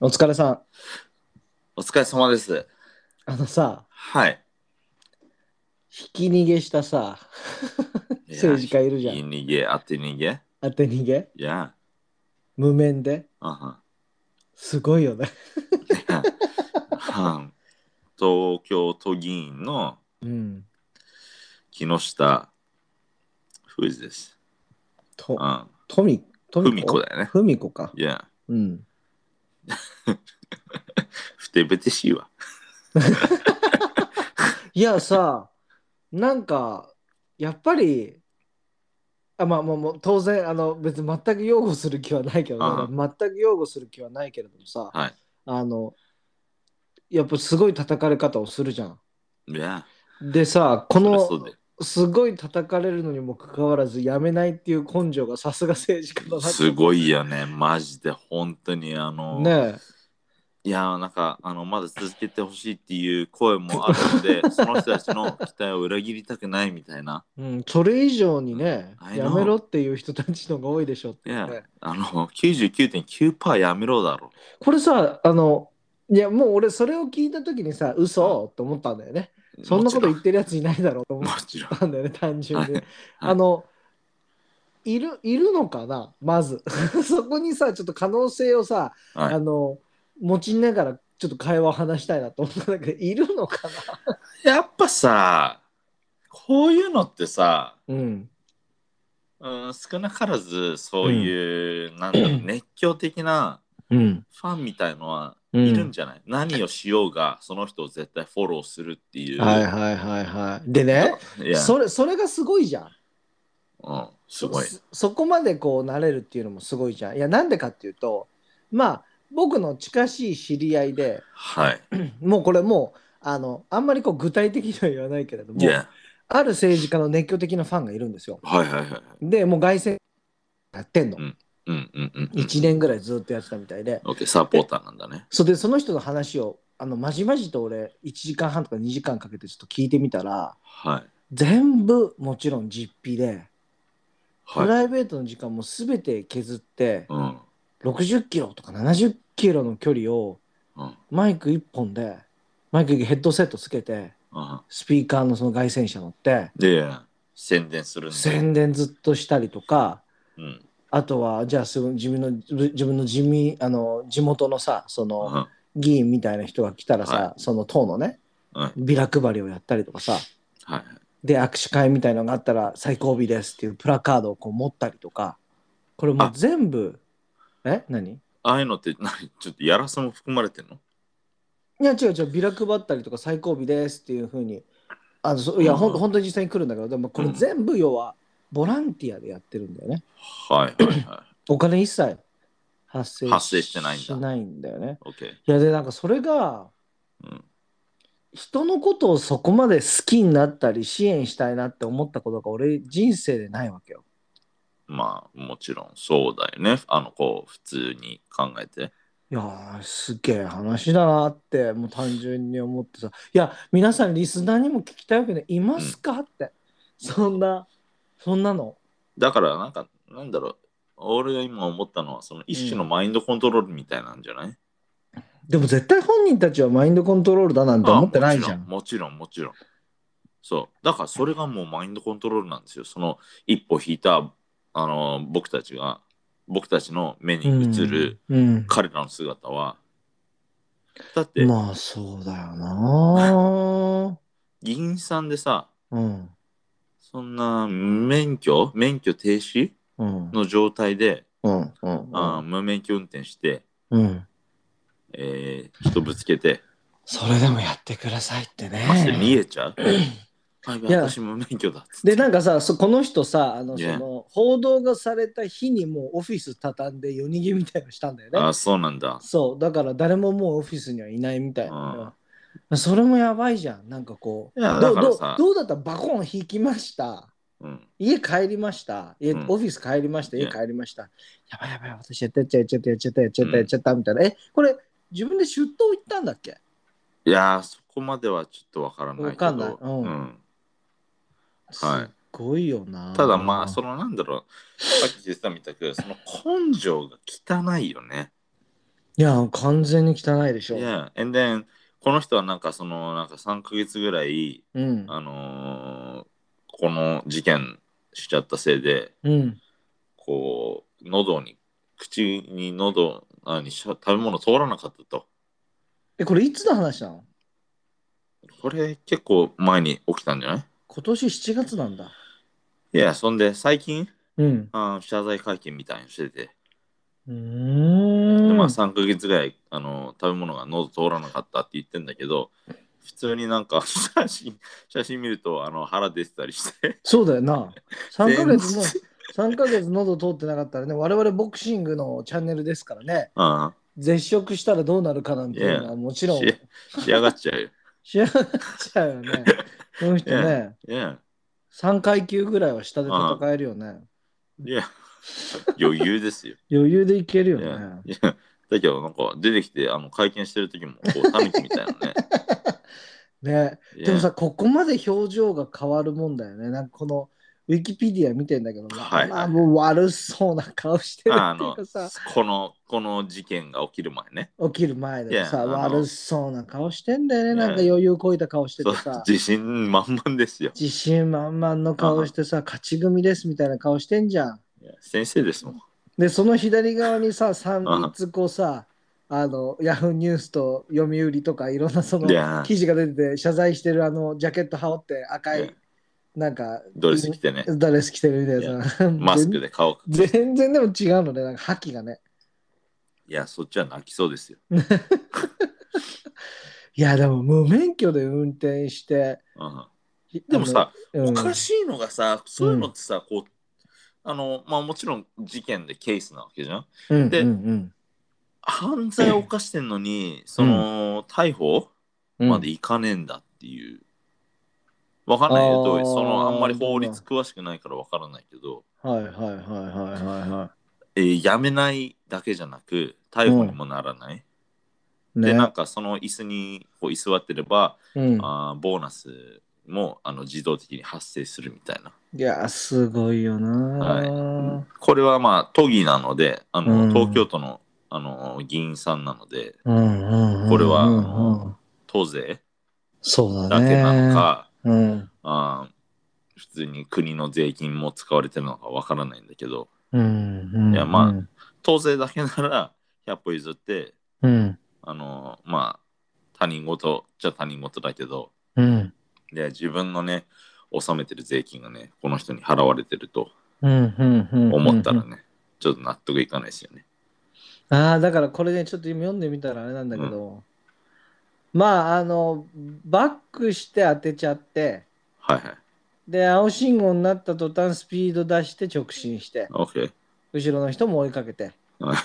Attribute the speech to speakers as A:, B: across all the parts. A: お疲れさん。
B: お疲れ様です。
A: あのさ、
B: はい。
A: ひき逃げしたさ、政治家いるじゃん
B: いやいい逃げ、当て逃げ。い
A: 当て逃げ、
B: や。
A: 無免で、
B: うんうん
A: すごいよね。
B: いやうん東京都議員の
A: うん。
B: 木下富士です。
A: と
B: う、ん。
A: とみ、と
B: 文子だよね。
A: ふみこか。
B: いや、
A: うん。
B: ふてぶてしいわ。
A: いやさ、なんか、やっぱり、あまあもうもう当然あの別に全く擁護する気はないけど、
B: あ
A: 全く擁護する気はないけれどもさ、
B: はい
A: あのやっぱすごい叩かれ方をするじゃん。
B: いや、
A: でさこ
B: そりゃ
A: の
B: そうだよ
A: すごい叩かれるのにもかかわらずやめないっていう根性がさすが政治家だなって
B: すごいよね。マジで、本当にあの、
A: ね
B: いや、なんか、あの、まだ続けてほしいっていう声もある ので、その人たちの期待を裏切りたくないみたいな。
A: え、うん、それ以上にね
B: I know
A: やめろっていう人たちの方が多いでしょって
B: い
A: ね、
B: や、あの、99.9%やめろだろ。
A: これさあのいやもう俺それを聞いた時にさ嘘と思ったんだよねそんなこと言
B: も
A: ってるやついないだろうと思っ
B: ちろん。もち
A: たんだよね単純に、
B: はいはい
A: あのいるいるのかなまず そこにさちょっと可能性をさ、
B: ろん。はい
A: あの持ちながらちょっと会話を話したいなと思ったんだけどいるのかな
B: やっぱさ、こういうのってさ、
A: うん
B: うん、少なからずそういう、なんだ ろう熱狂的な
A: うん
B: ファンみたいのは
A: う
B: いるんじゃない、何をしようがその人を絶対フォローするっていう。
A: はいはいはいはい。でね、
B: いや、
A: それそれがすごいじゃん。
B: うん、すごい。
A: そそこまでこうなれるっていうのもすごいじゃん。いやなんでかっていうとまあ僕の近しい知り合いで
B: はい。
A: もうこれもうあのあんまりこう具体的には言わないけれども
B: いや、
A: ある政治家の熱狂的なファンがいるんですよ。
B: はいはいはいはい。
A: でもう凱旋やってんの、
B: うんうんうんうん。
A: 1年ぐらいずっとやってたみたいで。
B: オッケー、サポーターなんだね。
A: それでその人の話をあのまじまじと俺1時間半とか2時間かけてちょっと聞いてみたら
B: はい。
A: 全部もちろん実費でプ
B: はい。
A: ライベートの時間も全て削って、
B: うん。
A: 60キロとか70キロの距離を
B: うん。
A: マイク1本でマイクヘッドセットつけて
B: うん。
A: スピーカーのその凱旋車乗って
B: で、宣伝するんだ
A: 宣伝ずっとしたりとか
B: うん。
A: あとはじゃあすぐ自分の自分の地味あの地元のさその
B: うん
A: 議員みたいな人が来たらさ、
B: は
A: その党のね
B: うん。
A: ビラ配りをやったりとかさ
B: はい。
A: で握手会みたいのがあったら最後尾ですっていうプラカードをこう持ったりとかこれもう
B: あ
A: 全部え何
B: ああいうのって何ちょっとやらせも含まれてんの
A: いや違う違うビラ配ったりとか最後尾ですっていうふうにあのそいや、
B: うん
A: ほん本当に実際に来るんだけどでもこれ全部要はボランティアでやってるんだよね
B: はいはいは
A: お金一切発生
B: 発生してないんだ
A: しないんだよね
B: い。OK。
A: いやでなんかそれが
B: うん。
A: 人のことをそこまで好きになったり支援したいなって思ったことが俺人生でないわけよ
B: まあもちろんそうだよね。あのこう普通に考えて。
A: いやーすげえ話だなってもう単純に思ってさいや皆さんリスナーにも聞きたいわけでいますかってそんなそんなの
B: だからなんかなんだろう。俺が今思ったのはその一種のマインドコントロールみたいなんじゃない、
A: でも絶対本人たちはマインドコントロールだなんて
B: あ
A: 思ってないじゃん。
B: もちろんもちろんもちろん。そう。だからそれがもうマインドコントロールなんですよ。その一歩引いたあの僕たちが僕たちの目に映る
A: うん、
B: 彼らの姿は。だって
A: うんまあそうだよ な。
B: 議員さんでさ
A: うん
B: そんな免許免許停止
A: うん
B: の状態で、
A: うんうん
B: あー無免許運転して、
A: うん。
B: えー人ぶつけて、
A: それでもやってくださいって
B: まして
A: ね。
B: 逃げちゃう、あ
A: いや
B: 私無免許だっつって
A: でなんかさそこの人さあのそ
B: ね
A: の報道がされた日にもうオフィス畳んで夜逃げみたいのしたんだよ
B: あ
A: ね。
B: ーそうなんだ
A: そうだから誰ももうオフィスにはいないみたいな。それもやばいじゃんなんかこう。
B: いや
A: どう
B: だか
A: ど
B: ら
A: う
B: さ
A: どうだったバコン引きました。
B: うん
A: 家帰りました。家、
B: うん
A: オフィス帰りました。家
B: ね
A: 帰りました。やばいやばい、私やっちゃやっちゃったやっちゃったやっちゃった
B: うん
A: やっちゃったみたいな。え、これ自分で出頭行ったんだっけ
B: いやーそこまではちょっとわからない
A: わ
B: け
A: かんない
B: ど、
A: うん
B: うん
A: す
B: はい
A: ごいよな。
B: ただまあそのなんだろうさっき言ってたみたくその根性が汚いよね
A: いや、完全に汚いでしょ。
B: Yeah. And then この人はなんかそのなんか3ヶ月ぐらい、
A: うん。
B: あのーこの事件しちゃったせいで
A: うん。
B: こう喉に口に喉あにしゃ食べ物通らなかったと。
A: え、これいつの話なの
B: これ結構前に起きたんじゃない
A: 今年7月なんだ。
B: いや、そんで最近
A: うん。
B: あー謝罪会見みたいにしてて、
A: う
B: で
A: ーん。
B: まあ、3ヶ月ぐらいあの食べ物が喉通らなかったって言ってんだけど普通になんか 写真写真見るとあの腹出てたりして
A: そうだよな。3ヶ月の
B: 全、
A: 3ヶ月喉通ってなかったらね、我々ボクシングのチャンネルですからね、
B: あ
A: 絶食したらどうなるかなんていうのはもちろん
B: いやあ仕上がっちゃうよ。
A: 知らなっちゃうよね。この人ね、
B: いや
A: 3階級ぐらいは下で戦えるよね。
B: いや余裕ですよ。
A: 余裕でいけるよ
B: いや
A: ね。
B: いやだけどなんか出てきてあの会見してる時もこうタヌキみたいなね。
A: ね
B: いや
A: でもさ、ここまで表情が変わるもんだよね。なんかこのウィキペディア見てんだけど、まあ
B: はい
A: まあもう悪そうな顔してる
B: ああ
A: っていう
B: の
A: かさ、
B: このこの事件が起きる前ね。
A: 起きる前でもさ、
B: いやあの
A: 悪そうな顔してんだよね。
B: や
A: なんか余裕こいた顔して
B: そう
A: てさ、
B: 自信満々ですよ。
A: 自信満々の顔してさ、勝ち組ですみたいな顔してんじゃん。
B: いや先生ですもん。
A: で、その左側にさ、
B: うん
A: 3つこうさ、あの、ヤフーニュースと読売とかいろんなその
B: いや
A: 記事が出てて、謝罪してるあの、ジャケット羽織って赤
B: いや
A: い、なんか、
B: ドレス着てね。
A: ドレス着てるみたいなさ。
B: マスク
A: で。
B: で顔
A: 全然でも違うのね、なんか覇気がね。
B: いや、そっちは泣きそうですよ。
A: いや、でも無免許で運転して、
B: うん、
A: ひ
B: でも、さ、
A: あのうん
B: おかしいのがさ、そういうのってさ、こう、あの、まあもちろん事件でケースなわけじゃん。
A: うん
B: で
A: うん
B: 犯罪を犯してんのに、その、逮捕
A: うん
B: までいかねえんだっていう。わかんないよ、どう
A: あー
B: その、あんまり法律詳しくないからわからないけど、
A: はいはいはいはいはいは
B: えーやめないだけじゃなく、逮捕にもならない。
A: い。ね
B: で、なんかその椅子にこう居座ってれば、
A: うん、
B: あーボーナスもあの自動的に発生するみたいな。
A: いや、すごいよな、
B: はこれはまあ都議なのであの、
A: うん
B: 東京都のあの議員さんなので
A: うんうんうんうん
B: これはあの党税
A: そうだ
B: だ
A: ね。
B: けなのか、
A: うん
B: あー普通に国の税金も使われてるのかわからないんだけど
A: うんうん、
B: いやま党税だけなら100歩譲って
A: あ、うん
B: あのまあ他人事じゃ他人事だけど
A: うん
B: で自分のね納めてる税金がねこの人に払われてると
A: うんうんうん、
B: 思ったらね、ちょっと納得いかないですよね。
A: ああ、だからこれね、ちょっと今読んでみたらあれなんだけど、まあ、あの、バックして当てちゃって、
B: はいはい。
A: で、青信号になった途端スピード出して直進して、
B: OK。
A: 後ろの人も追いかけて
B: はい、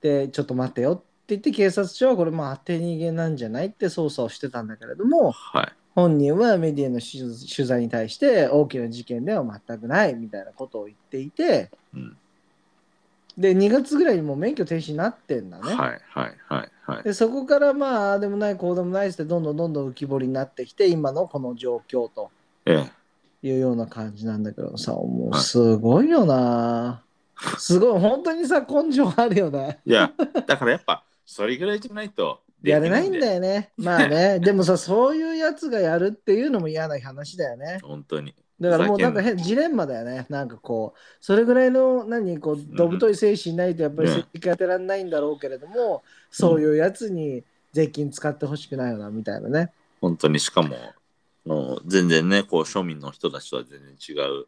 A: で、ちょっと待てよって言って、警察署はこれ、まあ、当て逃げなんじゃないって捜査をしてたんだけれども、
B: はい。
A: 本人はメディアの取取材に対して大きな事件では全くないみたいなことを言っていて、
B: うん
A: で2月ぐらいにもう免許停止になってんだね、
B: はいはいはいはい。
A: でそこからまあああでもないこうでもないっつってどんどんどんどん浮き彫りになってきて今のこの状況と
B: ええ。
A: いうような感じなんだけどさもうすごいよな、すごい本当にさ根性あるよね
B: いや、だからやっぱ、それぐらいじゃないと
A: やれないんだ
B: よ。
A: よねまあねでもさそういうやつがやるっていうのも嫌な話だよね
B: 本当に。
A: だからもう
B: ふざ
A: な
B: け
A: んか
B: ん
A: 変
B: な
A: ジレンマだよね。なんかこう、それぐらいの何こう、どぶとい精神ないとやっぱり
B: うん
A: 生活当てらんないんだろうけれども、そういうやつに税金使ってほしくないよなみたいなね。
B: 本当に、しかも、あの全然ね、こう、庶民の人たちとは全然違う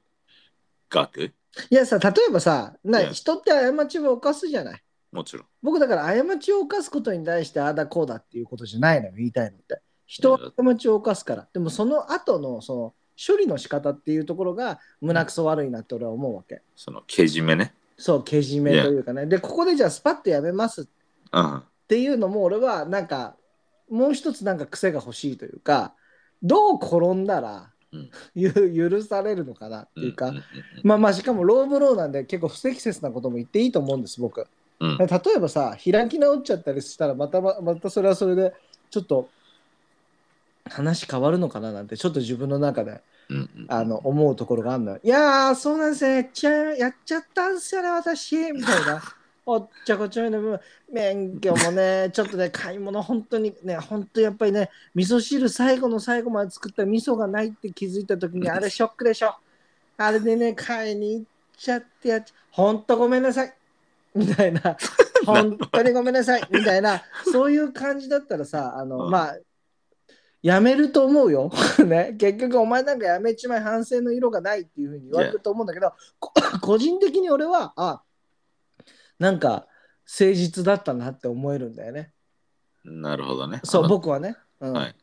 B: 額、
A: いやさ、例えばさ、な
B: うん
A: 人って過ちを犯すじゃない。
B: もちろん。
A: 僕だから過ちを犯すことに対してああだこうだっていうことじゃないのよ、言いたいのって。人は過ちを犯すから。でもその後のその処理の仕方っていうところが胸くそ悪いなって俺は思うわけ。
B: その、けじめね。
A: そう、けじめというかね。で、ここでじゃあスパッとやめます
B: うん。
A: っていうのも俺はなんかもう一つなんか癖が欲しいというかどう転んだら、
B: うん
A: ゆ許されるのかなっていうか、
B: んん
A: まあまあしかもローブローなんで結構不適切なことも言っていいと思うんです僕、
B: うん
A: 例えばさ開き直っちゃったりしたらまたままたそれはそれでちょっと話変わるのかななんてちょっと自分の中で
B: うんうん
A: あの思 うところがあるのよ。いやー、そうなんですね。やっちゃやっちゃったんすよね、私。みたいな。おっちょこちょいの分免許もねちょっとね買い物本当にね本当やっぱりね味噌汁最後の最後まで作った味噌がないって気づいた時 にあれショックでしょあれでね買いに行っちゃってやっち本当ごめんなさいみたい な本当にごめんなさいみたいなそういう感じだったらさあの、
B: うん
A: まあやめると思うよ、ね、結局お前なんかやめちまい反省の色がないっていうふうに言われると思うんだけどこ 個人的に俺はあなんか誠実だったなって思えるんだよね
B: なるほどね。
A: そう
B: あの
A: 僕はね、うん
B: はい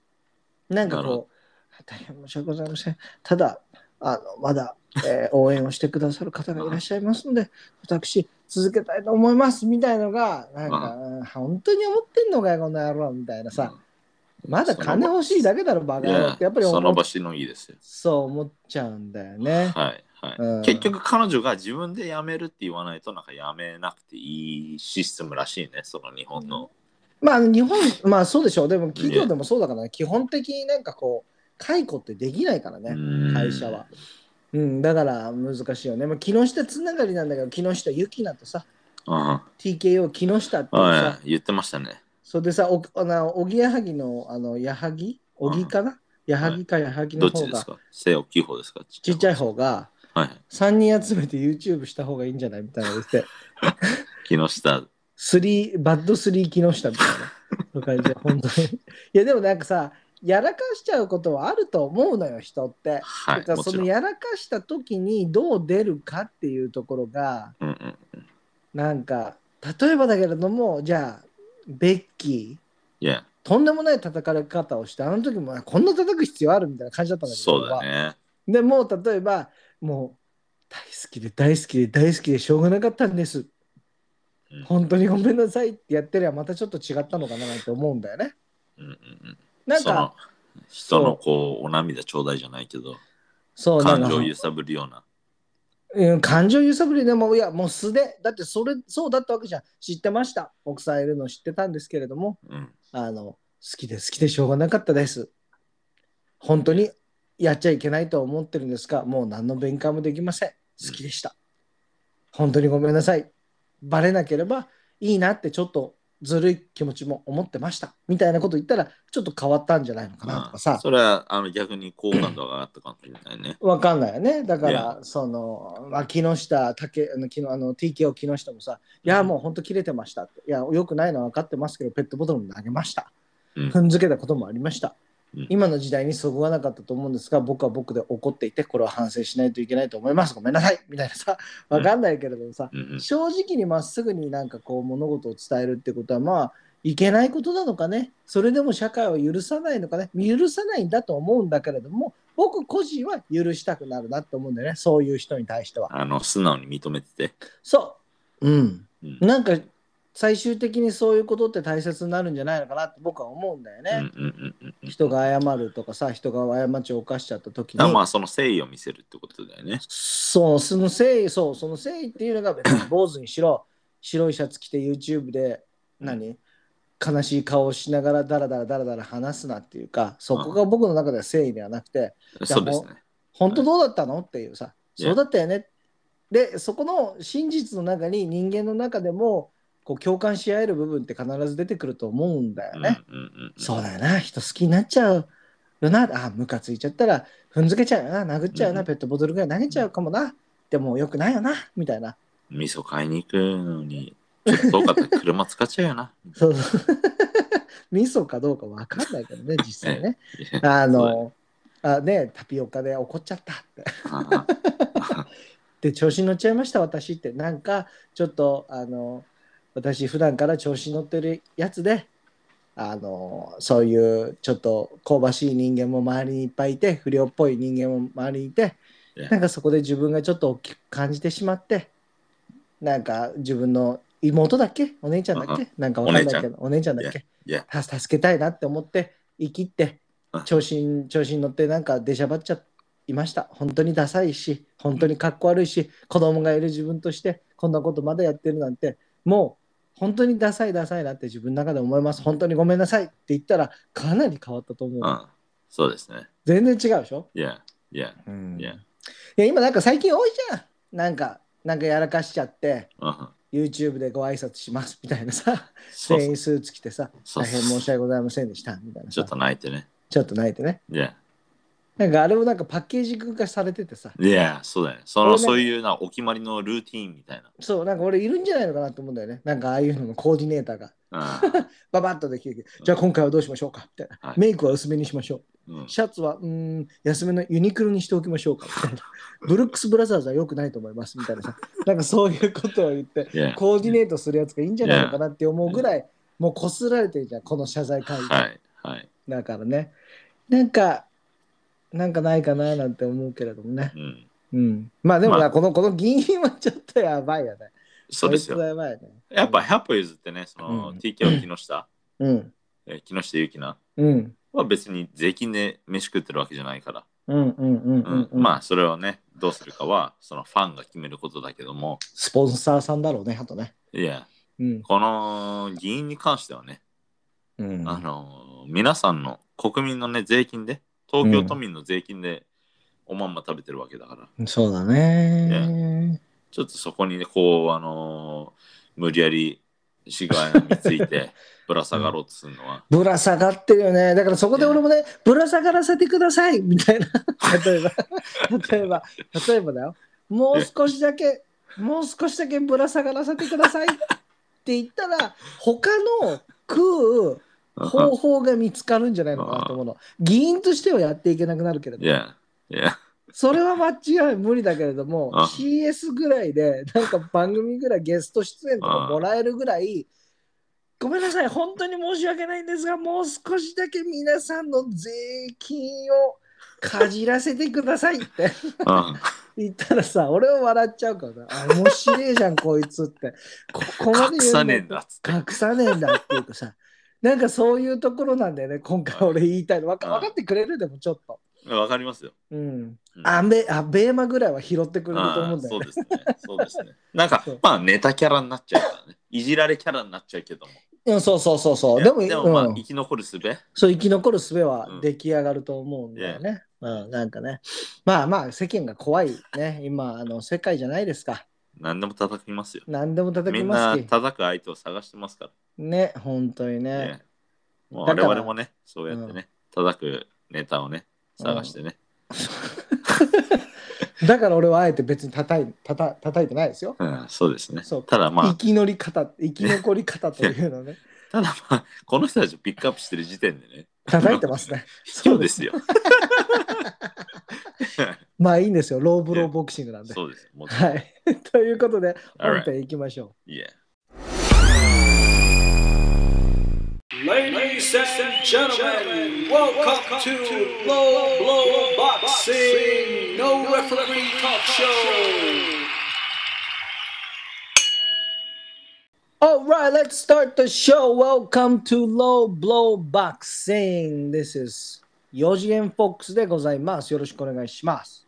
A: なんか
B: なるほ
A: こう大変申し訳ございませんただあのまだ、え ー応援をしてくださる方がいらっしゃいますので私続けたいと思いますみたいのがなんか、うん本当に思ってんのかよこの野郎みたいなさ、まだ金欲しいだけだろバ
B: うん
A: カ
B: い
A: 野郎っ
B: や
A: てやっぱり
B: その
A: 思
B: 場
A: う
B: しのぎですよ。
A: そう思っちゃうんだよね、
B: はいはい、
A: うん
B: 結局彼女が自分で辞めるって言わないとなんか辞めなくていいシステムらしいねその日本の、
A: まあ日本まあそうでしょうでも企業でもそうだからね基本的になんかこう解雇ってできないからね、
B: うん
A: 会社は。うん、だから難しいよね。まあ、木下つながりなんだけど、木下ゆきなとさ、
B: うん、
A: TKO 木下っていう
B: は
A: さ、
B: い言ってましたね
A: それでさ、おあのおぎやはぎの、あの、やはぎおぎかなやはぎかやはぎの
B: どっち
A: 方
B: です
A: が、
B: か背大きい方ですかち
A: ちっちゃい方が、
B: はいはい
A: 3人集めて YouTube した方がいいんじゃないみたいなの言って、
B: 木下
A: スリー、バッドスリー木下みたいな。そういう感じで、本当に。いや、でもなんかさ、やらかしちゃうことはあると思うのよ、人って。
B: は
A: だ
B: い
A: から
B: も
A: そ
B: ち
A: の
B: ろん、うん
A: やらかした時にどう出るかっていうところが
B: うん、
A: なんか例えばだけれどもじゃあベッキー
B: いや
A: とんでもない叩かれ方をしてあの時もこんな叩く必要あるみたいな感じだったんだけど
B: そうだね
A: 俺はでもう例えばもう大好きで大好きで大好きでしょうがなかったんです
B: うん
A: 本当にごめんなさいってやってりゃまたちょっと違ったのかななんて思うんだよね
B: うんうんうん
A: なん
B: そ
A: か
B: の人のこうお涙ちょうだいじゃないけど
A: そうなん
B: 感
A: か
B: 情を揺さぶるような
A: うん、感情揺さぶりでもいやもう素でだってそれそうだったわけじゃん知ってました奥さんいるの知ってたんですけれども
B: うん
A: あの好きで好きでしょうがなかったです本当にやっちゃいけないと思ってるんですがもう何の弁解もできません好きでした本当にごめんなさいバレなければいいなってちょっとずるい気持ちも思ってましたみたいなこと言ったらちょっと変わったんじゃないのかなと
B: ま
A: か
B: あ、
A: さ
B: それはあの逆に好感度が上がったかもしれないね
A: わかんないよね。だから、
B: いや
A: その、まあ、木下、竹あの木のあの TKO 木下もさ、いや、もう本当切れてましたって。いや、良くないのは分かってますけど、ペットボトルも投げました。
B: うん
A: 踏んづけたこともありました。
B: うん
A: 今の時代にそぐわなかったと思うんですが、僕は僕で怒っていて、これは反省しないといけないと思います。ごめんなさいみたいなさ、
B: うん
A: わかんないけれどもさ、
B: うんうん
A: 正直にまっすぐになんかこう物事を伝えるってことはまあいけないことなのかねそれでも社会を許さないのかね許さないんだと思うんだけれども僕個人は許したくなるなって思うんだよねそういう人に対しては
B: あの素直に認めてて、
A: そううん
B: うん
A: なんか最終的にそういうことって大切になるんじゃないのかなって僕は思うんだよ
B: うんうん
A: ね、
B: うんうんうん
A: 人が謝るとかさ人が過ちを犯しちゃった時に
B: あまあその誠意を見せるってことだよね。
A: そう、その誠意、そう、その誠意っていうのが別に坊主にしろ、 白いシャツ着て YouTube で何、悲しい顔をしながらダラダラダラダラ話すなっていうか、そこが僕の中では誠意ではなくて、
B: そうですね。
A: 本当どうだったのっていうさ、
B: いや
A: そうだったよね。で、そこの真実の中に人間の中でもこう共感し合える部分って必ず出てくると思うんだよね。
B: うんうんうんうん
A: そうだよな、人好きになっちゃうよな、あ、ムカついちゃったら、踏んづけちゃうよな、殴っちゃうよな、
B: うん
A: ペットボトルぐらい投げちゃうかもな、でもよくないよな、みたいな。
B: 味噌買いに行くのに、ちょっと遠かったら車使っちゃう よな。
A: そうそう味噌かどうかわかんないけどね、実際 ね。あの、あね、タピオカで怒っちゃったって。
B: ああ
A: で、調子に乗っちゃいました、私って。なんか、ちょっと、あの、私、普段から調子に乗ってるやつで、あのそういうちょっと香ばしい人間も周りにいっぱいいて不良っぽい人間も周りにいて
B: いや
A: なんかそこで自分がちょっと大きく感じてしまってなんか自分の妹だっけお姉ちゃんだっ
B: うんう
A: けなんかわかんないけどお姉ちゃんだっけ
B: いや
A: た助けたいなって思って生きって
B: うん
A: 調子に調子に乗ってなんか出しゃばっちゃいました本当にダサいし本当にかっこ悪いし子供がいる自分としてこんなことまだやってるなんてもう本当にダサいダサいなって自分の中で思います本当にごめんなさいって言ったらかなり変わったと思う、
B: うんそうですね。
A: 全然違うでしょ
B: いやいや
A: うん
B: いや
A: いや今なんか最近多いじゃんなんかなんかやらかしちゃって
B: うん
A: YouTube でご挨拶しますみたいなさ、
B: そ
A: 全
B: うそう
A: 員スーツ着てさ、
B: そう
A: 大変申し訳ございませんでしたみたいな
B: ちょ
A: さ
B: っ、と泣いてね。
A: ちょっと泣いてね。
B: いや、
A: なんかあれもなんかパッケージ化されててさ、
B: いや、そうだよね。そ
A: 俺
B: の
A: ね
B: そういうなお決まりのルーティーンみたい
A: そう、なんか俺いるんじゃないのかなと思うんだよね。なんかああいうののコーディネーターが、
B: な。うん
A: ババッとできるけど、じゃあ今回はどうしましょうかみたいな。
B: はい
A: メイクは薄めにしましょう。
B: うん、
A: シャツは、うーん、安めのユニクロにしておきましょうかみた いな。ブルックス・ブラザーズは良くないと思いますみたいなさ、なんかそういうことを言っ て、
B: いや、
A: コーディネートするやつがいいんじゃないのかなって思うぐらい、もうこすられてるじゃん、この謝罪会議。
B: はい、はい。
A: だからね。なんか、なんかないかななんて思うけれどもね。
B: うん、
A: うん。まあでも
B: ま
A: な、
B: あ
A: この、この議員はちょっとやばいよね。
B: そうです
A: こい
B: よ。
A: つはやばいね。
B: やっぱ、100歩譲ってね、その、
A: うん
B: TK の木下、
A: うん。
B: えー木下ゆきな
A: うん。
B: は別に税金で飯食ってるわけじゃないから。
A: うんうんうん
B: うん
A: うん。
B: ま
A: あ。
B: あ、それをね、どうするかは、そのファンが決めることだけども、
A: スポンサーさんだろうね、あとね。
B: いや、
A: うん。
B: この議員に関してはね、
A: うん。
B: あのー皆さんの国民のね税金で東京都民の税金でおまんま食べてるわけだから、
A: そうだね。
B: ちょっとそこにねこうあのー無理やり市街につい てぶら下がろうとするのは
A: ぶら下がってるよね。だからそこで俺もね、ぶら下がらせてくださいみたいな。例えば、 例えば、例えばだよ。もう少しだけ、もう少しだけぶら下がらせてくださいって言ったら、他の食う方法が見つかるんじゃないのかなと思うの。議員としてはやっていけなくなるけれ
B: い
A: ど、
B: やいや
A: それは間違い無理だけれども、
B: あ
A: CS ぐらいで、なんか番組ぐらいゲスト出演とかもらえるぐらい、ごめんなさい、本当に申し訳ないんですが、もう少しだけ皆さんの税金をかじらせてくださいって
B: うん
A: 言ったらさ、俺は笑っちゃうからな、あ面白いじゃん、こいつって。 ここまで言
B: 隠
A: う
B: さ
A: の
B: ねえんだっつって
A: 隠さねえんだっていうかさ、なんかそういうところなんだよね、今回俺言いたいの。わか
B: うん
A: 分かってくれるでもちょっと。
B: わかりますよ、
A: うん。
B: うん
A: アベアベーマぐらいは拾ってくれると思
B: あ
A: う
B: ー
A: んだ
B: そ
A: よ
B: う
A: ね。
B: ですねそうですねなんか
A: そう
B: まあネタキャラになっちゃうか らねいじられキャラになっちゃうけども
A: うんそうそうそうそ。
B: いうや
A: でも、
B: まあ、
A: うん
B: 生き残る術
A: そう生き残る術は出来上がると思うんだよね。うん、なんかね。まあまあ、世間が怖いね。今、あの世界じゃないですか。
B: 何でも叩きますよ
A: 何でも叩
B: み
A: き
B: ん
A: ま
B: な
A: すし。
B: 叩く相手を探してますから
A: ね、本当にね。
B: ね、もう
A: だか
B: 我
A: ら
B: 々もね、そうやってね、叩くネタをね、探してね。
A: だから俺はあえて別に叩い叩叩いてないですよ。
B: うん、そうですね
A: そう。
B: ただま
A: 生
B: あ、
A: き乗り方、生き残り方という のね。
B: ただまあ、この人たちをピックアップしてる時点でね、
A: 叩いてます ね。
B: 必要ですよ。
A: まあいいんですよ。ローブローボクシングなんで。
B: そうですよ。もちろん。
A: はい。 ということで、
B: Alright
A: 本編行きましょう。
B: いや
C: Ladies and gentlemen, welcome to Low Blow Boxing No Referee Talk Show.
A: Alright, let's start the show. Welcome to Low Blow Boxing. This is 4次元フォックスでございます。よろしくお願いします。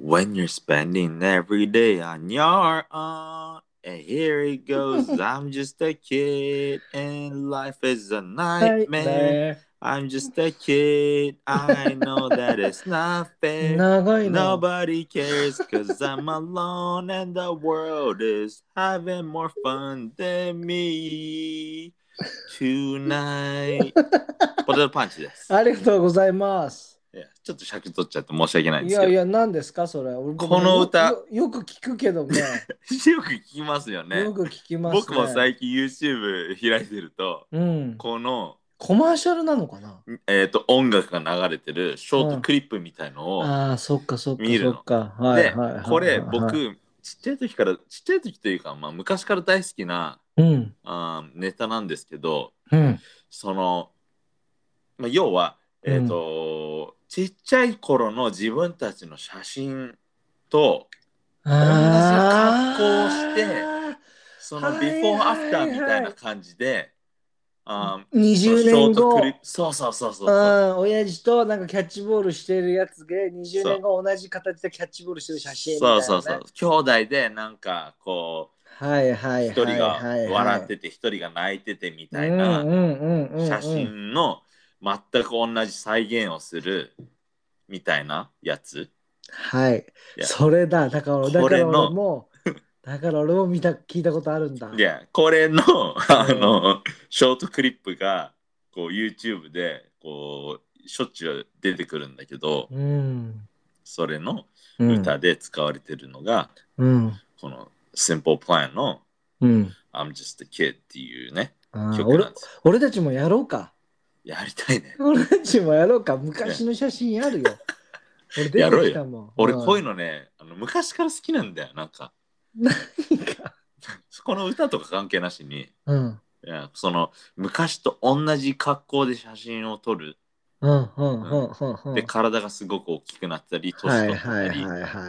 B: When you're spending every day on your own, and here it goes, I'm just a kid, and life is a
A: はい
B: nightmare.
A: ね
B: I'm just a kid, I know that it's not fair.
A: 長いな。
B: Nobody cares because I'm alone and the world is having more fun than me tonight. ポテトパンチです。
A: ありがとうございます。
B: いやちょっと尺取っちゃって申し訳ないん
A: い
B: ですけ
A: や
B: ど。
A: いや、何ですかそれ。俺
B: この歌
A: よよく聞くけどね。
B: よく聞きますよ ね
A: よ。く聞きます、ね。
B: 僕も最近 YouTube 開いてると、
A: うん。
B: この、
A: コマーシャルなのかな
B: えー、と音楽が流れてるショートクリップみたいのを、
A: ああ、そっかそっか
B: 見
A: そ
B: るの
A: っか。はい
B: で、
A: はいはいはいはい
B: これ、僕ちっちゃい時からちっちゃい時というか、まあ、昔から大好きな
A: うん。
B: あーネタなんですけど
A: うん。
B: その、まあ、要は、えーとちっちゃい頃の自分たちの写真と
A: あー
B: 同じ格好その
A: はい
B: ビフォーアフターみたい
A: は
B: な感じで、あーその
A: 20
B: ショ
A: 年
B: ート
A: 後
B: クリ。そうそうそうそうそ
A: う
B: う
A: ん、親父となんかキャッチボールしてるやつで20年後同じ形でキャッチボールしてる写真みたいな、
B: そ
A: ね。
B: うそうそう兄弟でなんかこ
A: はいは
B: う
A: い
B: 一
A: はい。
B: 人が笑っ
A: る
B: てて一人が泣いててみ
A: み
B: たいな。写
A: 写。
B: 真の全く同じ再現をするみたいなやつ。
A: はい。
B: いや
A: それだ。だから、だ
B: こ
A: か
B: れ
A: ら
B: の
A: 俺も、 だから俺も見た聞いたことあるんだ。
B: いや、これの、あの、ショートクリップが、こう、YouTube で、こう、しょっちゅう出てくるんだけど、
A: うん。
B: それの
A: うん。
B: 歌で使われてるのが、
A: うん。
B: この Simple Plan の
A: うん。
B: I'm Just a Kid っていうね、
A: あー
B: 曲
A: 俺
B: なんですよ。
A: 俺たちもやろうか。
B: やりたいね。
A: 俺たちもやろうか。昔の写真 あるよ。俺出てきたもん。
B: 俺、こういう
A: の。
B: のね、あの昔から好きなんだよ、なんか。
A: 何か
B: この歌とか関係なしに、
A: うん。
B: いやその昔と同じ格好で写真を撮る。
A: うんうんうんうんうん。
B: で、体がすごく大きくなったり、
A: は
B: 年
A: い
B: 取った
A: はい
B: り。
A: はいはい は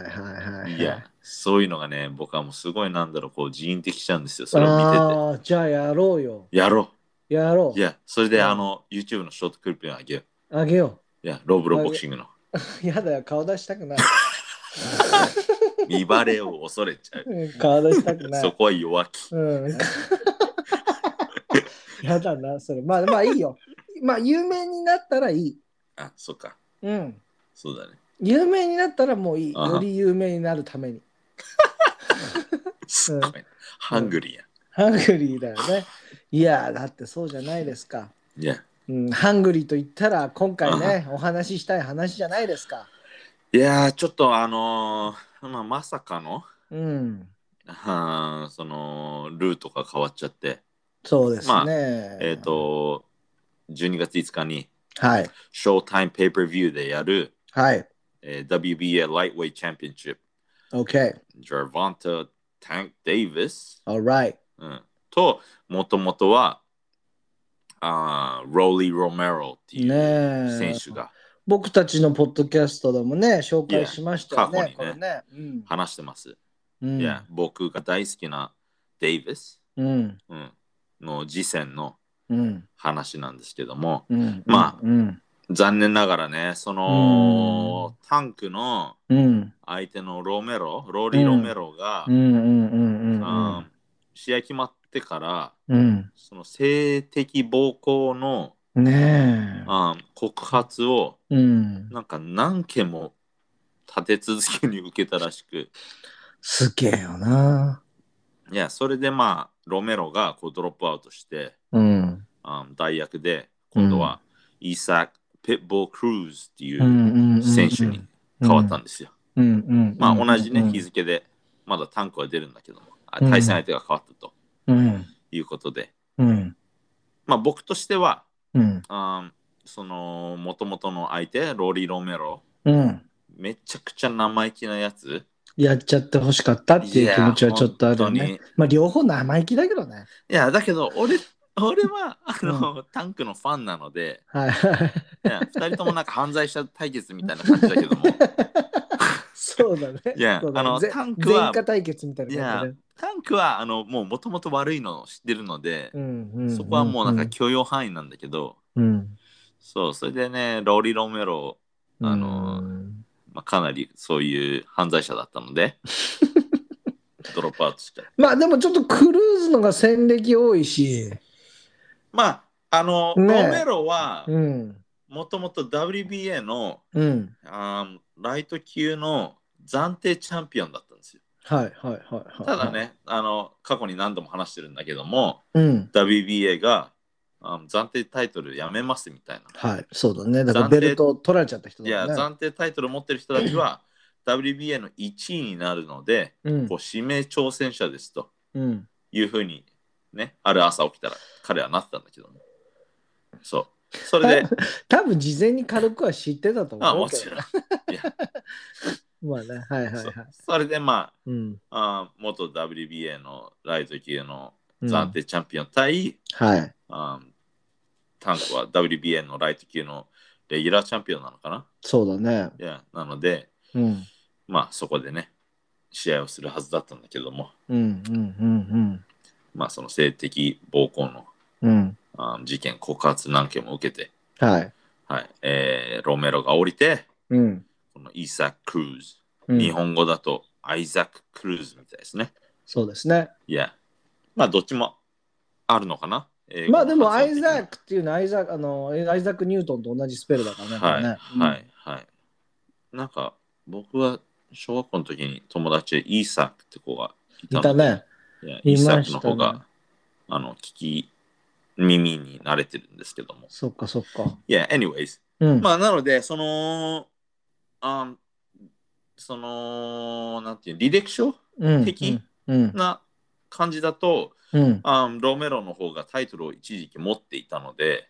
A: いはい。
B: いや、そういうのがね、僕はもうすごいなんだろう、こう人為的しちゃうんですよ、それを見て
A: ああ、じゃあやろうよ。
B: て。やろ
A: やろ。
B: う。いうや、それで
A: うん
B: あの、YouTube のショートクリップにあげよ
A: あげよ
B: う。いや、ローブローボク シングの
A: う。やだよ、顔出したくない。
B: 見バレを恐れちゃう。
A: うん顔出したくな
B: そ
A: い。
B: こは弱気。
A: うん。 やだな、それ。まあまあいいよ。まあ有名になったらいい。
B: あ、そっか。
A: うん。
B: そうだね。
A: 有名になったらもういい。
B: あは
A: より有名になるために。
B: すっごいな。ハングリーや。
A: ハングリーだよ ね。いや、だってそうじゃないですか。
B: いや、
A: うん、ハングリーと言ったら今回ね、お話ししたい話じゃないですか。
B: いやーちょっとあのーまあ、まさかの、
A: うん。
B: あーその、ルートが変わっちゃって、
A: そうですね。
B: まあえっ、。と、12月5日に、
A: はい。
B: ショータイムペーパービューでやる、
A: はい。
B: えー WBA ライトウェイチャンピオンシップ
A: OK。
B: Gervonta Tank Davis、
A: Alright.
B: うん、と、もともとは、あーローリー・ロメロってい
A: ね
B: う
A: え
B: 選手が
A: 僕たちのポッドキャストでもね、紹介しましたよね。
B: いや過去に
A: これね。
B: 話してます。
A: うん。
B: いや、僕が大好きなデイビス、
A: うん。
B: うん、の次戦の
A: うん。
B: 話なんですけども、
A: うん。
B: まあ
A: うん。
B: 残念ながらね、そのタンクの
A: うん。
B: 相手のロメロ、ローリー・ロメロが、
A: うん。うん。うん。
B: あー試合決まってから、
A: うん。
B: その性的暴行の
A: うん。ね
B: あー告発を
A: え。うん。
B: なんか何件も立て続けに受けたらしく、
A: すげえよな。
B: いや、それでまあ、ロメロがこうドロップアウトして、
A: うん。
B: あの代役で、今度はイーサク・ピッボー・クルーズってい
A: うん。
B: う
A: うん。うん
B: 選手に。変わったんですよ。
A: うん。うん。
B: まあ、同じね、日
A: 付。
B: 付で、まだタンクは出るんだけども、あ
A: うん
B: 対戦相手が変わったと
A: うん。
B: いうことで、
A: うん。
B: まあ、僕としては、
A: うん。
B: あーその、もともとの相手、ローリー・ロメロ、
A: うん。
B: めちゃくちゃ生意気なやつ。
A: やっちゃってほしかったっていう気持ちはちょっとあるよ
B: いや
A: ね
B: 本。
A: まあ、両方生意気だけどね。
B: いや、だけど、俺、俺は、あの、タンクのファンなので、
A: はいはい。
B: いや二人ともなんか犯罪者対決みたいな感じだけ ども、
A: そうだね。
B: いや
A: そうだね
B: あの
A: ぜ
B: タンクは
A: 前科対決みたいな感じで。
B: タンクはあのもうもともと悪いのを知ってるので、
A: うんうんうん
B: そこはもうなんか許容範囲なんだけど、
A: うん
B: そう、それでね、ローリー・ロメロ、あ
A: う
B: の
A: ん
B: まあ、かなりそういう犯罪者だった ので、ドロップアウトしちゃった。
A: まあでもちょっとクルーズのが戦歴多いし、
B: まあ、あの、
A: ねえ
B: ロメロは
A: うん
B: もともと WBA の
A: うん
B: あーライト級の暫定チャンピオンだったんですよ。
A: はいはいはいはい。
B: ただ、ね、あの過去に何度も話してるんだけども、
A: うん、
B: WBA があの暫定タイトルやめますみたいな。
A: はいそうだね。だからベルトを取られちゃった人
B: いや、
A: だね。
B: 暫定タイトル持ってる人たち は WBA の1位になるので、
A: うん
B: こう指名挑戦者ですと
A: うん
B: いうふうに、ね、ある朝起きたら彼はなってたんだけどね。そう。それで、
A: 多分事前に軽くは知ってたと
B: あ
A: 思う
B: も
A: け
B: ち
A: ど
B: ろん。
A: まあねはいはいはい
B: そうそれで、ま
A: うん
B: あ、あー元 WBA のライト級の
A: うん
B: 暫定チャンピオン対、
A: はい
B: あータンクは WBA のライト級のレギュラーチャンピオンなのかな
A: そうだね
B: いや、なので、
A: うん
B: まあそこでね、試合をするはずだったんだけども、
A: うんうんうん
B: まあその性的暴行の
A: うんうん
B: あ事件、告発何件も受けて、
A: はい
B: はい、えーロメロが降りて、
A: うん
B: このイーサク・クルーズ、
A: うん
B: 日本語だとアイザック・クルーズみたいですね。
A: そうですね
B: いや、まあどっちもあるのかな。英語
A: まあ でもア
B: 発音
A: イ
B: 的に
A: ザックっていうのはアイザックあのアイザック・ニュートンと同じスペルだからね。
B: はい、
A: これね
B: はい、はい。なんか僕は小学校の時に友達でイーサクって子がい
A: い
B: の
A: たね。
B: いや
A: いま
B: 一
A: したね
B: 作の方が、あの、聞き耳に慣れてるんですけども。
A: そっかそっか。
B: いや、anyways。
A: うん。
B: まあ、なので、その、あその、なんていう、履歴書
A: うん、
B: 敵
A: うん。
B: な感じだと、
A: うん。
B: あロメロの方がタイトルを一時期持っていたので、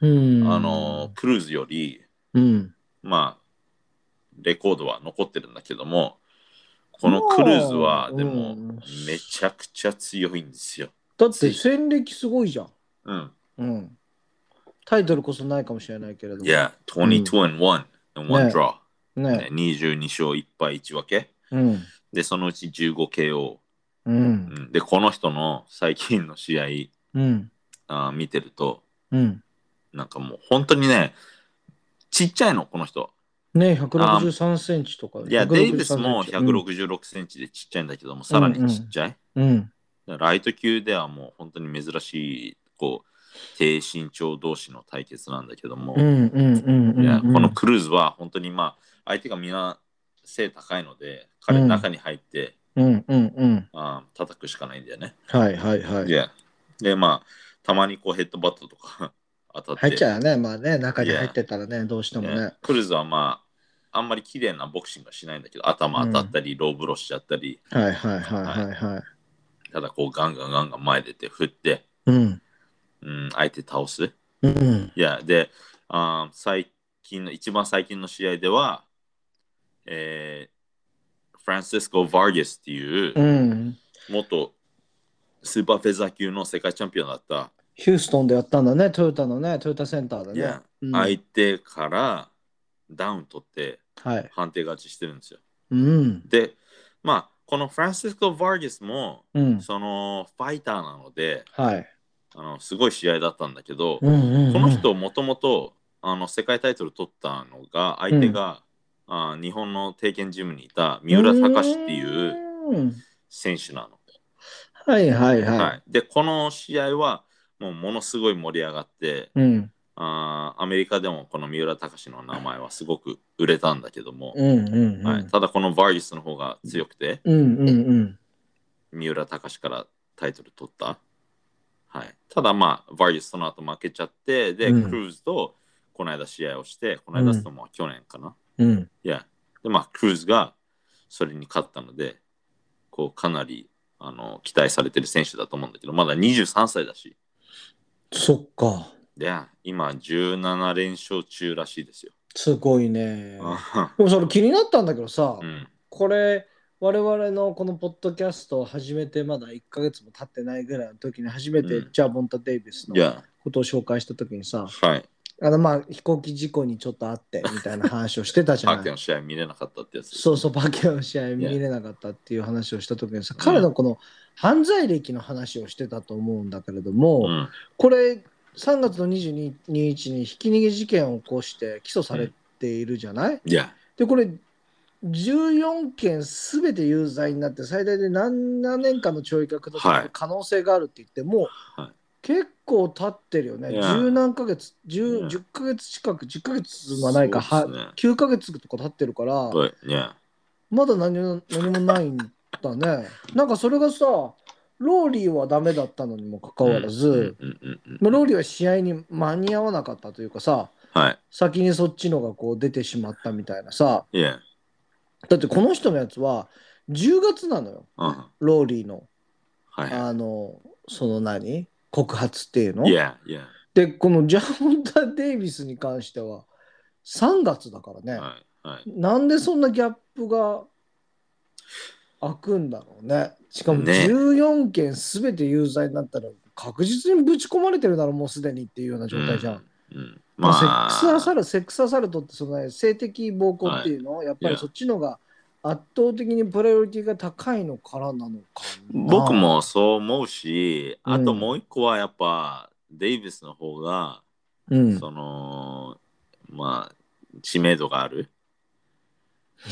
A: うん。
B: あの、クルーズより、
A: うん。
B: まあ、レコードは残ってるんだけども、このクルーズは、
A: うん
B: で
A: う
B: も、
A: ん
B: めちゃくちゃ強いんですよ。
A: だって戦歴すごいじゃん。
B: うん。
A: うん。タイトルこそないかもしれないけれども。
B: いや、22 and 1 and 1 draw、
A: ね。
B: 22勝1敗1分け。
A: うん。
B: で、そのうち 15KO。
A: う。
B: うんんで、この人の最近の試
A: うん。
B: 合あー見てると、
A: うん。
B: なんかもう本当にね、ちっちゃいの、この人。
A: ね、163センチとか。
B: いや、
A: 163
B: デイビスも
A: センチ。
B: 166センチでちっちゃいんだけども、さらにちっちゃい。
A: うん。
B: ライト級ではもう本当に珍しい、こう、低身長同士の対決なんだけども、
A: うん。うん。うん。うん
B: いやこの
A: う
B: クルーズは本当にまあ、相手がみんな背高いので、彼
A: うん
B: の中に入って、
A: ん。うん。うん。
B: あー叩くしかないんだよね。
A: はいはいはいい。
B: や。で、まあ、たまにこうヘッドバットとか 当たって。
A: 入っちゃうよね。まあね、中に入ってたらね、どうしてもね
B: ね。クルーズはまあ、あんまり綺麗なボクシングはしないんだけど、頭当たったり、ローブローしちゃったり、
A: はいはいはいはいはい。
B: ただこうガンガンガンガン前出て振って、
A: うん。
B: うん、相手倒す。い
A: うん。
B: や、で、あー最近の、一番最近の試合では、えー、フランシスコ・バーゲスっていうう、
A: ん。
B: 元スーパーフェザー級の世界チャンピオンだった
A: ヒューストンでやったんだね、トヨタのね、トヨタセンターで
B: い
A: ね
B: や。
A: うん
B: 相手からダウン取って
A: はい。
B: 判定勝ちしてるんですよ。
A: うん。
B: で、まあ、このフランシスコ・バーゲスも、
A: うん。
B: そのファイターなので
A: はい。
B: あのすごい試合だったんだけど、
A: うんうんうん
B: この人もともとあの世界タイトル取ったのが相手が、あ日本の定見ジムにいた三浦隆っていう
A: うん
B: 選手なの。
A: はいはいはい。
B: はい、でこの試合はもうものすごい盛り上がって
A: うん
B: あーアメリカでもこの三浦隆の名前はすごく売れたんだけども、
A: うんうんうん。
B: はい、ただこのバーギスの方が強くて
A: うんうんうん。
B: 三浦隆からタイトル取った。はい、ただまあ、バーギスその後負けちゃって、で、
A: うん
B: クルーズとこの間試合をして、この間とも去年かな。
A: うん。
B: いや、でまあ、クルーズがそれに勝ったので、こうかなりあの期待されてる選手だと思うんだけど、まだ23歳だし、
A: そっか。
B: で、今17連勝中らしいですよ。
A: すごいね。
B: あ
A: でもそれ気になったんだけどさ、
B: うん、
A: これ、我々のこのポッドキャストを始めてまだ1ヶ月も経ってないぐらいの時に初めて
B: うん
A: ジャーボンタ・デイビス
B: い
A: の
B: や、
A: ことを紹介した時にさ、
B: はい。
A: あのまあ飛行機事故にちょっとあってみたいな話をしてたじ
B: パ
A: ゃ
B: ー
A: な
B: テ
A: い
B: ィの。試合見れなかったってやつ。
A: そうそう、バケの試合見れなかったっていう話をした時にさ、彼のこの犯罪歴の話をしてたと思うんだけれども、
B: ん、
A: これ3月の22日にひき逃げ事件を起こして起訴されているじゃない、
B: いや、
A: でこれ14件すべて有罪になって最大で何何年間の懲役が下される可能性があるって言って、もう、
B: はい
A: 結構経ってるよね
B: いや
A: 十何ヶ月
B: い
A: 十
B: や
A: 十ヶ月近く10ヶ月はないか、
B: そうですね
A: は9ヶ月とか経ってるから
B: はいいや。
A: まだ何も何もないんだね なんかそれがさローリーはダメだったのにもかかわらず、
B: うんうんうん
A: まあローリーは試合に間に合わなかったというかさ
B: は
A: 先にそっちのがこう出てしまったみたいなさ
B: い。いや。
A: だってこの人のやつは10月なのよ
B: うん。は
A: ローリーの
B: い。
A: あのその何告発っていうの
B: いや、いや。
A: でこのジャモンタ・デイビスに関しては3月だからね、
B: はい。はい。
A: なんでそんなギャップが開くんだろうねしかも
B: ね
A: 14件全て有罪になったら確実にぶち込まれてるだろうもうすでにっていうような状態じゃん
B: うん。うん
A: ま
B: まあ、
A: あ、セックスアサルトセックスアサルトってその、ね、性的暴行っていうの、はやっぱ
B: い
A: り
B: や
A: そっちのが圧倒的にプライオリティが高いのからなのかな
B: 僕もそう思うし、
A: うん
B: あともう一個はやっぱ、デイビスの方が、
A: うん
B: その、まあ、知名度がある。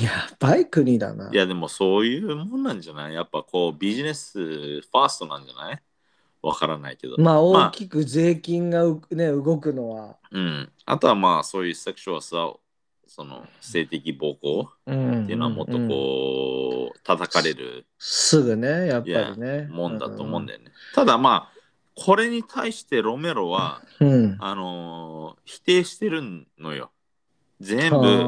A: やばい国だない
B: や、でもそういうもんなんじゃないやっぱこう、ビジネスファーストなんじゃないわからないけど。
A: まあ大きく税金がう、ね、動くのは
B: うん。あとはまあ、そういうセクシュアルさその性的暴行
A: うん
B: っていうのはもっと
A: うん
B: こう叩かれる
A: すぐねやっぱりね
B: もんだと思うんだよね。ただまあこれに対してロメロは
A: うん
B: あのー否定してるのよ。全
A: あ
B: 部
A: ー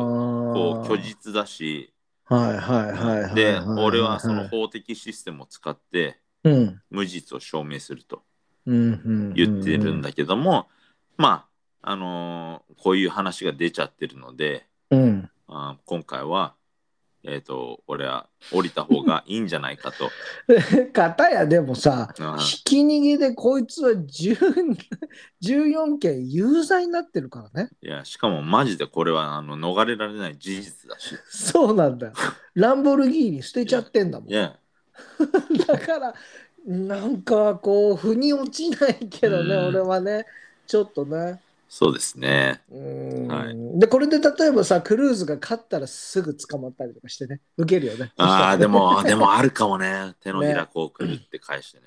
B: こう虚実だし、
A: はいはいはいはいい
B: で
A: いい
B: 俺はその法的システムを使って
A: うん
B: 無実を証明すると
A: うんうん
B: 言ってるんだけども、まああのーこういう話が出ちゃってるので。
A: うん
B: あー今回は、えっと俺は降りた方がいいんじゃない かと。
A: 片やでもさ
B: うん
A: ひき逃げでこいつは10 14件有罪になってるからね
B: いやしかもマジでこれはあの逃れられない事実だし。
A: そうなんだよランボルギーニ捨てちゃってんだもん
B: いや
A: だからなんかこう腑に落ちないけどね、
B: うん
A: 俺はねちょっとね
B: そうですね。
A: うーん、
B: は
A: でこれで例えばさクルーズが勝ったらすぐ捕まったりとかしてね受けるよね
B: あ あでもでもあるかもね手のひらこうくるって返してね。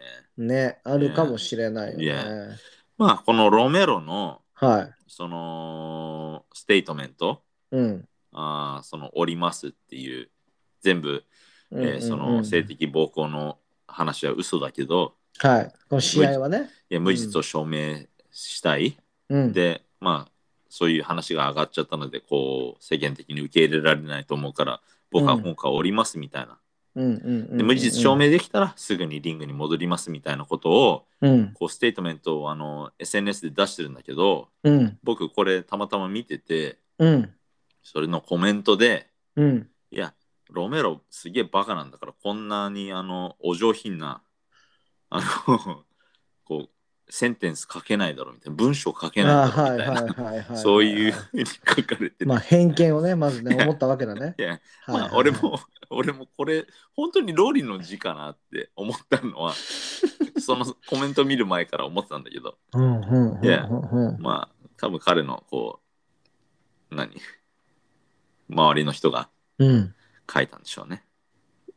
A: ねあるかもしれないよね、
B: Yeah. まあこのロメロの
A: はい
B: そのステートメント
A: うん
B: あーその降りますっていう全部、
A: え
B: えーその性的暴行の話は嘘だけど
A: はいこの試合はね
B: いや無実を証明したい。
A: うん
B: でまあそういう話が上がっちゃったのでこう世間的に受け入れられないと思うから僕は今回降りますみたいな、
A: うんうんうん
B: で無実証明できたらすぐにリングに戻りますみたいなことを
A: うん
B: こうステートメントをあの SNS で出してるんだけど
A: うん
B: 僕これたまたま見てて
A: うん
B: それのコメントで
A: うん
B: いやロメロすげえバカなんだからこんなにあのお上品なあの こうセンテンス書けないだろみたいな文章書け
A: あ
B: ないだ
A: は
B: ろ
A: い
B: みたいな
A: はいはいはい
B: そういうふうに書かれてて
A: まあ偏見をねまずね 思ったわけだね
B: いや、
A: はいはい
B: まあ俺も、俺もこれ、本当にローリーの字かなって思ったのは、そのコメント見る前から思ってたんだけど、
A: うんうんうんうん
B: Yeah
A: うん
B: まあ、多分彼の、こう、何周りの人が
A: うん
B: 書いたんでしょうね。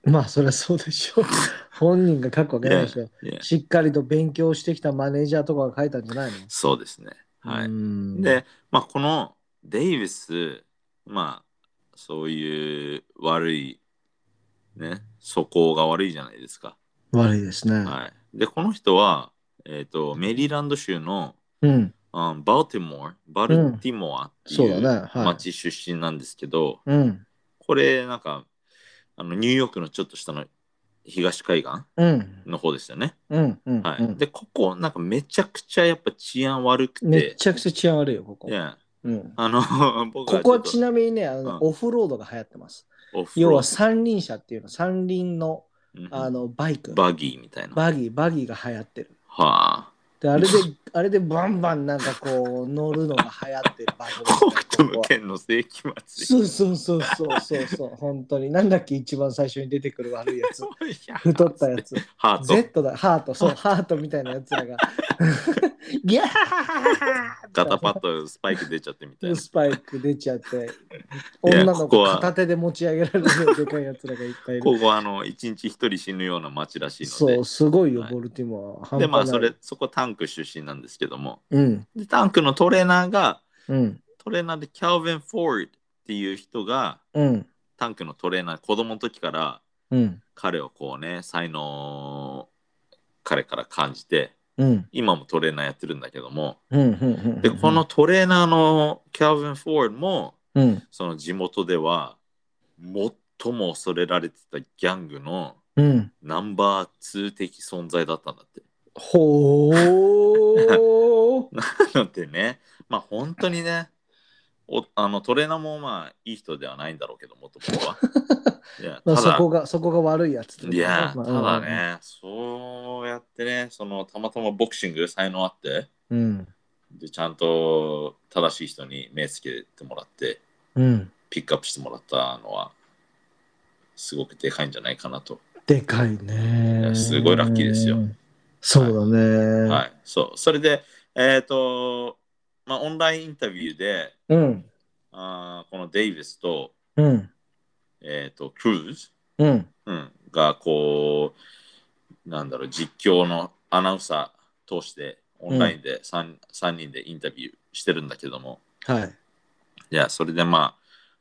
A: まあそりゃそうでしょう。 本人が書くわけないでしょ。
B: いや
A: しっかりと勉強してきたマネージャーとかが書いたんじゃないの
B: そうですね。は
A: う
B: い。
A: ん
B: で、まあ、このデイビス、まあ、そういう悪い、ね、素行が悪いじゃないですか。
A: 悪いですね。
B: はい。で、この人は、えっ、と、メリーランド州の、
A: うん、
B: あバルティモア、バルティモアって
A: そう
B: い
A: だ
B: う
A: ね。はい。
B: 町出身なんですけど、
A: うん、
B: これなんかあのニューヨークのちょっと下の東海岸
A: うん、
B: の方ですよね。
A: うん、うん。
B: はい。
A: うん
B: で、ここなんかめちゃくちゃやっぱ治安悪く、
A: めってちゃくちゃ治安悪いよ、ここ。
B: いや
A: うん、
B: あの 僕
A: ここは
B: ち
A: ち
B: ょっ
A: なみにね、あの
B: うん
A: オフロードが流行ってます。
B: とオフ
A: 要
B: ロ
A: は
B: ー
A: 三輪車っていうの、三輪の
B: ド、うん
A: あのバイク、
B: バギーみたいな。は
A: バギー、バギーが流行ってる。
B: あ。
A: で、あれで、あ れでバンバンなんかこう乗るのが流行ってる場所ですね
B: 北
A: ここ
B: 斗
A: は
B: の剣の世紀末。
A: そうそうそうそうそうそう、本当に。なんだっけ、一番最初に出てくる悪いや つ。太
B: 太
A: ったや。つ。
B: ハート。
A: Z だ、ハート、そう、ハートみたいなやつらが。 ギ ャー
B: 肩パッドスパイク出ちゃってみたいな。
A: スパイク出ちゃって、
B: いや
A: 女の
B: ここ
A: 子
B: は
A: 片手で持ち上げられるでかいやつらがいっぱいいる。
B: ここはあの一日一人死ぬような街らしいので
A: そう、すごいよ
B: は、い
A: ボルティモア。
B: でまあ
A: 半端
B: そ
A: ない
B: れ。そこタンク出身なんですけども
A: うん、
B: でタンクのトレーナーが
A: うん、
B: トレーナーでキャルヴィン・フォードっていう人が
A: うん、
B: タンクのトレーナー子供の時から
A: うん、
B: 彼をこうね才能を彼から感じて
A: うん、
B: 今もトレーナーやってるんだけども
A: うん、うん。
B: でこの、トレーナーのキャルヴィン・フォードも
A: うん、
B: その地元では最も恐れられてたギャングの
A: うん。
B: ナンバー2的存在だったんだって。
A: ほー。
B: だってね、まあ本当にね、おあのトレーナーもまあいい人ではないんだろうけど、もとも とは。いや、
A: まあ、
B: た
A: そ
B: だ
A: こ、が、そこが悪いやつってこと
B: い
A: ね。
B: や、
A: まあ
B: ただ。ね、そうやってね、そのたまたまボクシング才能あって、
A: うん、
B: でちゃんと正しい人に目つけてもらって、
A: うん。
B: ピックアップしてもらったのは、すごくでかいんじゃないかなと。
A: でかい
B: い
A: ね。
B: やすごいラッキーですよ。
A: そうだね。
B: はい、そう。それで、えっ、と、まあオンラインインタビューで、
A: うん、
B: あーこのデイビスと、
A: うん、
B: えっ、と、クルーズ、
A: うん、
B: うん、がこうなんだろう実況のアナウンサー通してオンラインで 3,、三三人でインタビューしてるんだけども
A: はい。
B: いやそれでま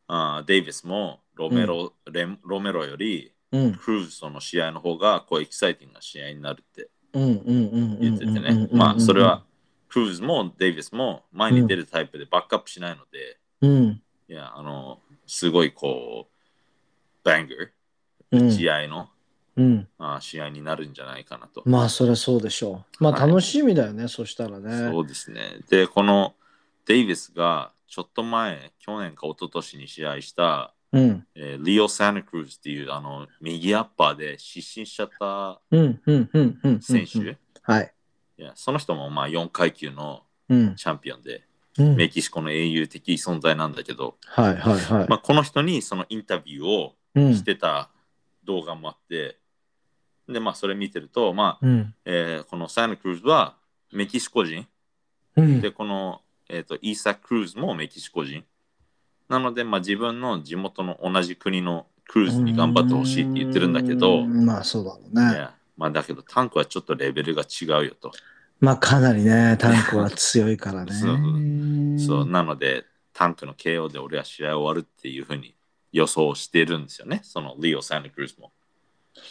B: ああーデイビスもロメロ,、レンロメロより
A: うん
B: クルーズとの試合の方がこうエキサイティングな試合になるって
A: うんうんうんうん
B: 言っててね。まあそれはクルーズもデイビスも前に出るタイプでバックアップしないので、
A: うん
B: いや、あの、すごいこう、バング
A: う
B: ー、
A: ん
B: 試合の、
A: うん
B: あー試合になるんじゃないかなと。
A: まあそりゃそうでしょうまあ
B: はい
A: 楽しみだよねそしたらね
B: そうですね。で、このデイビスがちょっと前、去年か一昨年に試合した、
A: うん
B: えーリオ・サンタクルーズっていうあの右アッパーで失神しちゃった
A: うんうんうんうんうん
B: 選手、い
A: はい
B: やその人もまあ4階級の
A: うん
B: チャンピオンで、
A: うん
B: メキシコの英雄的存在なんだけど、
A: はいはいはい
B: まあ、この人にそのインタビューを
A: うん
B: してた動画もあって、で、まあ、それ見てると、まあ
A: うん
B: えーこのサンタクルーズはメキシコ人、
A: うん
B: で、この、えー、とイーサ・クルーズもメキシコ人。なので、まあ、自分の地元の同じ国のクルーズに頑張ってほしいって言ってるんだけ
A: う
B: ど、
A: んまあそうだろうね
B: いやまあ、だけどタンクはちょっとレベルが違うよと。
A: まあかなりねタンクは強いからね
B: そうそうなので、タンクの KO で俺は試合終わるっていうふうに予想してるんですよね、そのリオ・サンタクルーズも。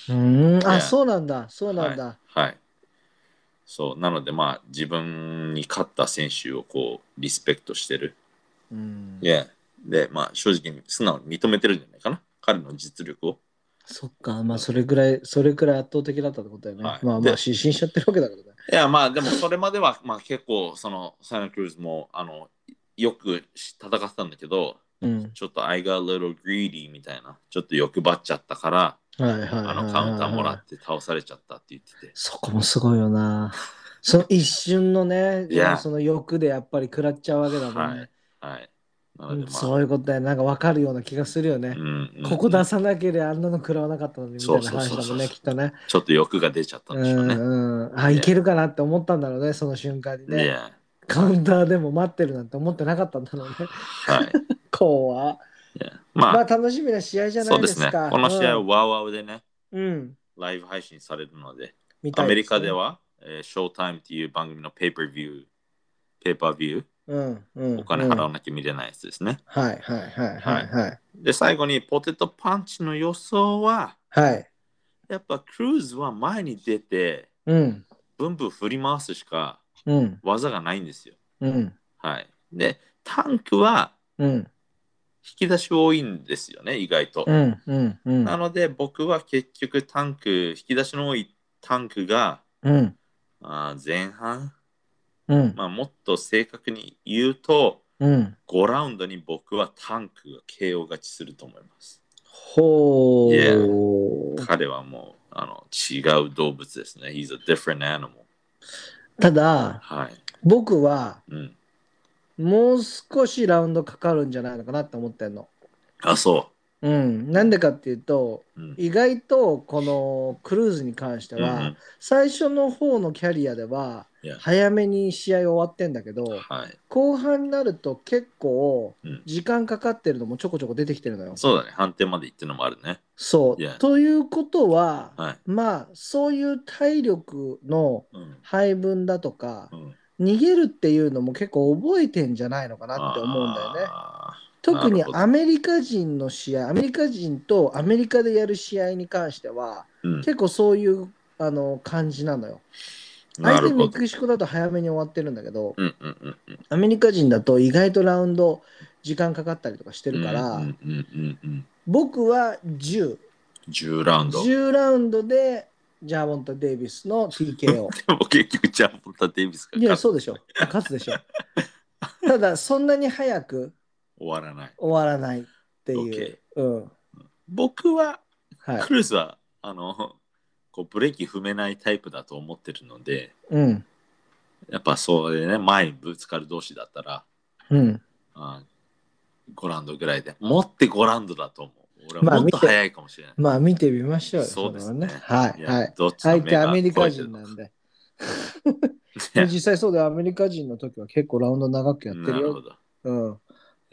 A: うんあ
B: ね
A: そうなんだそうなんだ
B: はい。そうなので、まあ、自分に勝った選手をこうリスペクトしてる。
A: うん
B: いやで、まあ、正直に素直に認めてるんじゃないかな、彼の実力を。
A: そっかまあそれくらいそれくらい圧倒的だったってことだよね
B: はい
A: まあまあ
B: で
A: 失神しちゃってるわけだからね
B: いやまあでもそれまでは まあ結構そのサンタクルーズもあのよく戦ってたんだけど
A: うん
B: ちょっと I got a little greedy みたいなちょっと欲張っちゃったから
A: はいはいはいはい
B: あのカウンターもらって倒されちゃったって言ってて
A: そこもすごいよな。 その一瞬のね、
B: いや
A: その欲でやっぱり食らっちゃうわけだもん
B: は
A: ね
B: い。はいな
A: う
B: の
A: ん
B: でまあ
A: そういうことだよ。なんかわかるような気がするよね。
B: うんうん
A: ここ出さなければあんなの食らわなかったのにみたいな話
B: そう
A: だ
B: そ
A: も
B: うんそう
A: ね、
B: そう
A: きっとね。
B: ちょっと欲が出ちゃったん
A: う
B: でしょうんね
A: うん。あ、いけるかなって思ったんだろうね、その瞬間に
B: い
A: ね。
B: や
A: カウンターでも待ってるなんて思ってなかったんだろう ね。
B: はい
A: 怖っ
B: いや
A: ま
B: ま
A: あ
B: あ
A: 楽しみな試合じゃな
B: そ
A: いうで
B: ですすね
A: か。
B: この試合
A: を。
B: はワウワウでね
A: うん。
B: ライブ配信されるので
A: 見たい
B: ア
A: すね
B: メリカで。はえー Showtime っていう番組のペーパービューペーパービュー
A: うん。うん。
B: お金払
A: う
B: わ
A: ん。
B: なきゃ見れないやつですね。
A: はいはいはいはいはい。
B: で、最後にポテトパンチの予想は、
A: はい。
B: やっぱクルーズは前に出て、
A: うん。
B: ブンブン振り回すしか
A: うん。
B: 技がないんですよ。
A: うん。
B: はい。で、タンクは
A: うん。
B: 引き出し多いんですよね、意外と
A: う。ん。うん。うん。
B: なので、僕は結局タンク、引き出しの多いタンクが、
A: うん。
B: あー前半、
A: うん。
B: まあ、もっと正確に言うと、
A: うん。
B: 5ラウンドに僕はタンクが KO 勝ちすると思います。
A: ほう。
B: 彼はもうあの違う動物ですね。He's a different animal.
A: ただ、
B: はい。
A: 僕は
B: うん、
A: もう少しラウンドかかるんじゃないのかなって思ってんの。
B: あ、そ
A: うん。なんでかっていうと、
B: う。うん。
A: 意外とこのクルーズに関して
B: うんう
A: は
B: ん、
A: 最初の方のキャリアでは
B: Yeah
A: 早めに試合終わってんだけど、
B: はい。
A: 後半になると結構
B: うん
A: 時間かかってるのもちょこちょこ出てきてるのよ。
B: そうだね。判定まで行ってのもあるね。
A: そう。
B: Yeah
A: ということは、
B: はい。
A: まあそういう体力の
B: うん。
A: 配分だとか
B: うん、
A: 逃げるっていうのも結構覚えてんじゃないのかなって思うんだよね。
B: あ
A: 特に
B: なるほど
A: アメリカ人の試合アメリカ人とアメリカでやる試合に関しては
B: ーうん、
A: 結構そういうあの感じなのよ。
B: な
A: 相
B: る
A: 手
B: ほ
A: メ
B: ど。
A: キシコだと早めに終わってるんだけど
B: うんうんうんうん。
A: アメリカ人だと意外とラウンド時間かかったりとかしてるから、
B: うんうんうんうん。
A: 僕は1010
B: 10ラウンド。で
A: ラウンドでジャーモンタ・デイビスの TKO。
B: も結局、ジャンボタ・デイビスが
A: いや、
B: 勝つ
A: そうでしょ。勝つでし ょ。ただ、そんなに早く
B: 終わらない。
A: 終わらないっていう。うん。
B: 僕は、
A: はい。
B: クルーズは、あの、こうブレーキ踏めないタイプだと思ってるので、
A: うん。
B: やっぱそうでね、前にぶつかる同士だったら、
A: うん。
B: あ5ラウンドぐらいで。持って5ラウンドだと思う。俺
A: まあ
B: はもっと
A: 見て
B: 早いかもしれない。
A: まあ、見てみましょうよ。
B: そうですね
A: それははい。
B: いや
A: はい。
B: どっちの目
A: 相
B: が
A: 手アメリカ人な
B: 超
A: んで。
B: えてるのか
A: 実際そうで、アメリカ人の時は結構ラウンド長くやって
B: な
A: る
B: るほ
A: よ。
B: ど。
A: うん。